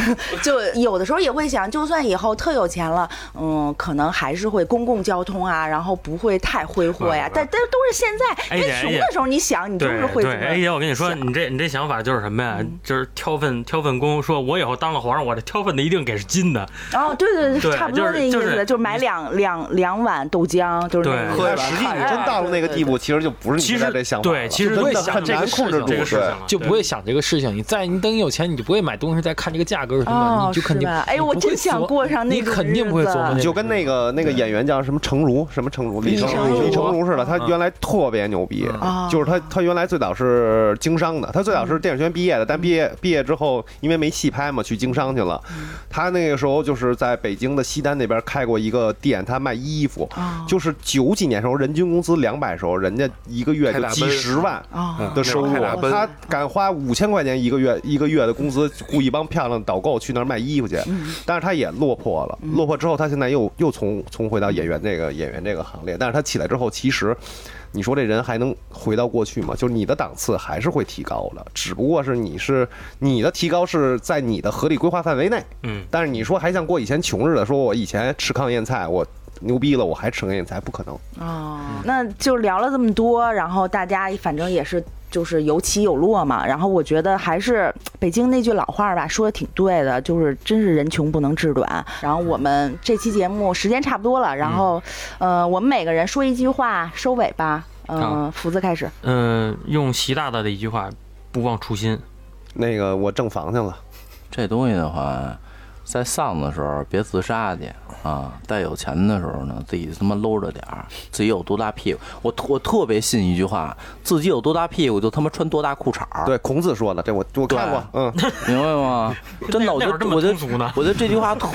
Speaker 1: 就有的时候也会想，就算以后特有钱了，嗯，可能还是会公共交通啊，然后不会太挥霍呀。但但都是现在，
Speaker 2: 嗯哎
Speaker 1: 因为
Speaker 2: 姐
Speaker 1: 穷
Speaker 2: 哎姐
Speaker 1: 的时候你想，你就
Speaker 2: 对
Speaker 1: 是会这
Speaker 2: 对。
Speaker 1: 么
Speaker 2: 哎姐，我跟你说，
Speaker 1: 想
Speaker 2: 你这你这想法就是什么呀？就是挑粪挑粪工，说我以后当了皇上，我这挑粪的一定给是金的，
Speaker 1: 哦，对对
Speaker 2: 对
Speaker 1: 差不多
Speaker 2: 就是
Speaker 1: 那意
Speaker 2: 就是
Speaker 1: 思，就买两两两碗豆浆，就是那
Speaker 2: 对
Speaker 1: 个。
Speaker 5: 但实际你真到了那个地步，其实就不是你
Speaker 2: 其
Speaker 5: 现
Speaker 2: 实
Speaker 5: 在这想法了
Speaker 2: 对，其实
Speaker 5: 真
Speaker 3: 会
Speaker 5: 的
Speaker 3: 想
Speaker 5: 很
Speaker 3: 这个
Speaker 5: 难控制
Speaker 3: 事
Speaker 5: 住。
Speaker 3: 情
Speaker 2: 这个事情
Speaker 5: 对
Speaker 2: 了，
Speaker 3: 就
Speaker 2: 对
Speaker 3: 不会想这个事情。你在你等你有钱，你就不会买东西再看这个价格是什么，
Speaker 1: 哦
Speaker 3: 你就肯定
Speaker 1: 是吧哎
Speaker 3: 你不
Speaker 1: 我
Speaker 3: 会
Speaker 1: 真想
Speaker 3: 琢
Speaker 1: 过上那
Speaker 3: 你
Speaker 1: 种
Speaker 3: 肯定不会
Speaker 1: 日子
Speaker 3: 琢磨这个
Speaker 5: 啊就跟那个那个演员叫什么成儒，什么成儒，李
Speaker 1: 成儒
Speaker 5: 李成儒似的，他
Speaker 6: 啊
Speaker 5: 原来特别牛逼，
Speaker 1: 嗯
Speaker 5: 就是他他原来最早是经商的，他最早是电影学院毕业
Speaker 1: 嗯
Speaker 5: 的，但毕业毕业之后因为没戏拍嘛，去经商去了。
Speaker 1: 嗯
Speaker 5: 他那个时候就是在北京的西单那边开过一个店，他卖衣服，
Speaker 1: 啊
Speaker 5: 就是九几年时候人均工资两百时候，人家一个月
Speaker 6: 开
Speaker 5: 就
Speaker 6: 大奔
Speaker 5: 几十万。
Speaker 1: 啊
Speaker 5: 的收入
Speaker 6: 开大，奔
Speaker 5: 他敢花五千块钱一个月一个月的工资雇一帮漂亮导购去那儿卖衣服去，但是他也落魄了。落魄之后，他现在又又重重回到演员这个演员这个行列。但是他起来之后，其实你说这人还能回到过去吗？就是你的档次还是会提高的，只不过是你是你的提高是在你的合理规划范围内。
Speaker 2: 嗯，
Speaker 5: 但是你说还像过以前穷似的，说我以前吃糠咽菜，我牛逼了，我还吃糠咽菜，不可能。
Speaker 1: 哦，那就聊了这么多，然后大家反正也是就是有起有落嘛。然后我觉得还是北京那句老话儿吧，说的挺对的，就是真是人穷不能志短。然后我们这期节目时间差不多了，然后、呃，我们每个人说一句话收尾吧。嗯、
Speaker 2: 好
Speaker 1: 福子开始。
Speaker 2: 嗯，用习大大的一句话，不忘初 心。
Speaker 5: 那个我挣房去了，
Speaker 4: 这东西的话，在丧的时候别自杀去啊，在有钱的时候呢，自己他妈搂着点儿，自己有多大屁股，我特我特别信一句话，自己有多大屁股就他妈穿多大裤衩儿，
Speaker 5: 对孔子说的，这我我看过，嗯。
Speaker 4: 明白 吗？真的，我
Speaker 2: 那
Speaker 4: 觉
Speaker 2: 会儿这
Speaker 4: 得
Speaker 2: 么
Speaker 4: 我觉
Speaker 2: 通
Speaker 4: 得
Speaker 2: 俗呢？
Speaker 4: 我觉得这句 话特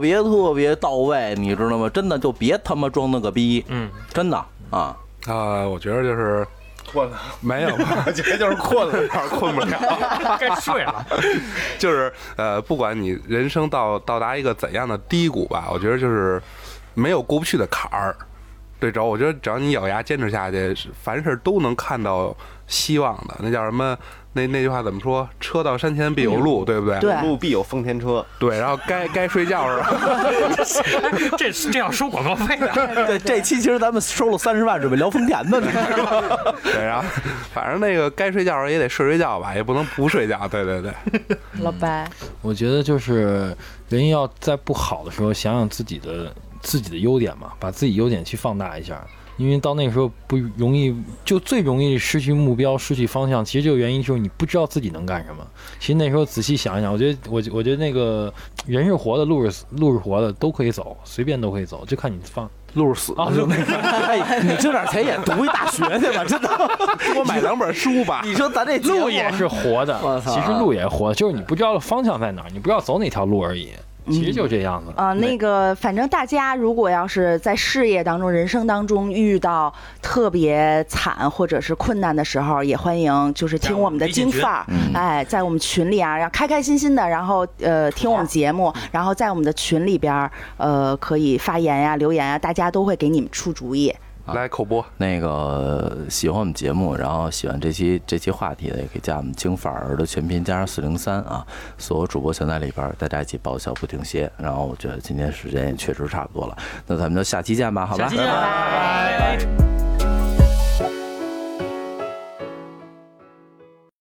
Speaker 4: 别特别到位，你知道吗？真的就别他妈装那个逼，
Speaker 2: 嗯，
Speaker 4: 真的啊，
Speaker 6: 啊、我觉得就是
Speaker 5: 困了，
Speaker 6: 没有 吧，
Speaker 5: 我觉得就是困了。
Speaker 6: 有点 困不了。
Speaker 2: 该睡了。
Speaker 6: 就是呃，不管你人生到到达一个怎样的低谷吧，我觉得就是没有过不去的坎儿。对，只要我觉得只要你咬牙坚持下去，是凡事都能看到希望的。那叫什么？那那句话怎么说？车到山前必有路，对不对？
Speaker 1: 对
Speaker 5: 路必有丰田车，
Speaker 6: 对然后该该睡觉是 吧？
Speaker 2: 这这要收广告费啊的。
Speaker 4: 对，这期其实咱们收了三十万，准备聊丰田呢，你知 道吗？
Speaker 6: 对，然后反正那个该睡觉时候也得睡睡觉吧，也不能不睡觉。对对对。
Speaker 1: 老白，
Speaker 3: 我觉得就是人要在不好的时候想想自己的自己的优点嘛，把自己优点去放大一下。因为到那个时候不容易，就最容易失去目标、失去方向。其实这个原因就是你不知道自己能干什么。其实那时候仔细想一想，我觉得，我觉我觉得那个人是活的，路是路是活的，都可以走，随便都可以走，就看你放。
Speaker 4: 路是死的，
Speaker 3: 啊
Speaker 4: 兄弟。 哎，你挣点钱也读一大学去吧，真的， 多买两本书吧。你说咱这节目
Speaker 3: 路也是活的
Speaker 4: 我，操
Speaker 3: 其实路也是活的，就是你不知道方向在哪儿，你不知道走哪条路而已。其实就这样子。
Speaker 1: 啊、那个，反正大家如果要是在事业当中、人生当中遇到特别惨或者是困难的时候，也欢迎就是听我们的京范儿，哎，在我们群里啊，然后开开心心的，然后呃听我们节目，然后在我们的群里边儿呃可以发言呀、留言呀，大家都会给你们出主意。
Speaker 6: 来口播，
Speaker 4: 那个呃喜欢我们节目，然后喜欢这期这期话题的，也可以加我们京范儿的全拼加上四零三啊，所有主播全在里边儿，大家一起爆笑不停歇。然后我觉得今天时间也确实差不多了，那咱们就下期见吧，好吧，
Speaker 2: 下期见，拜拜。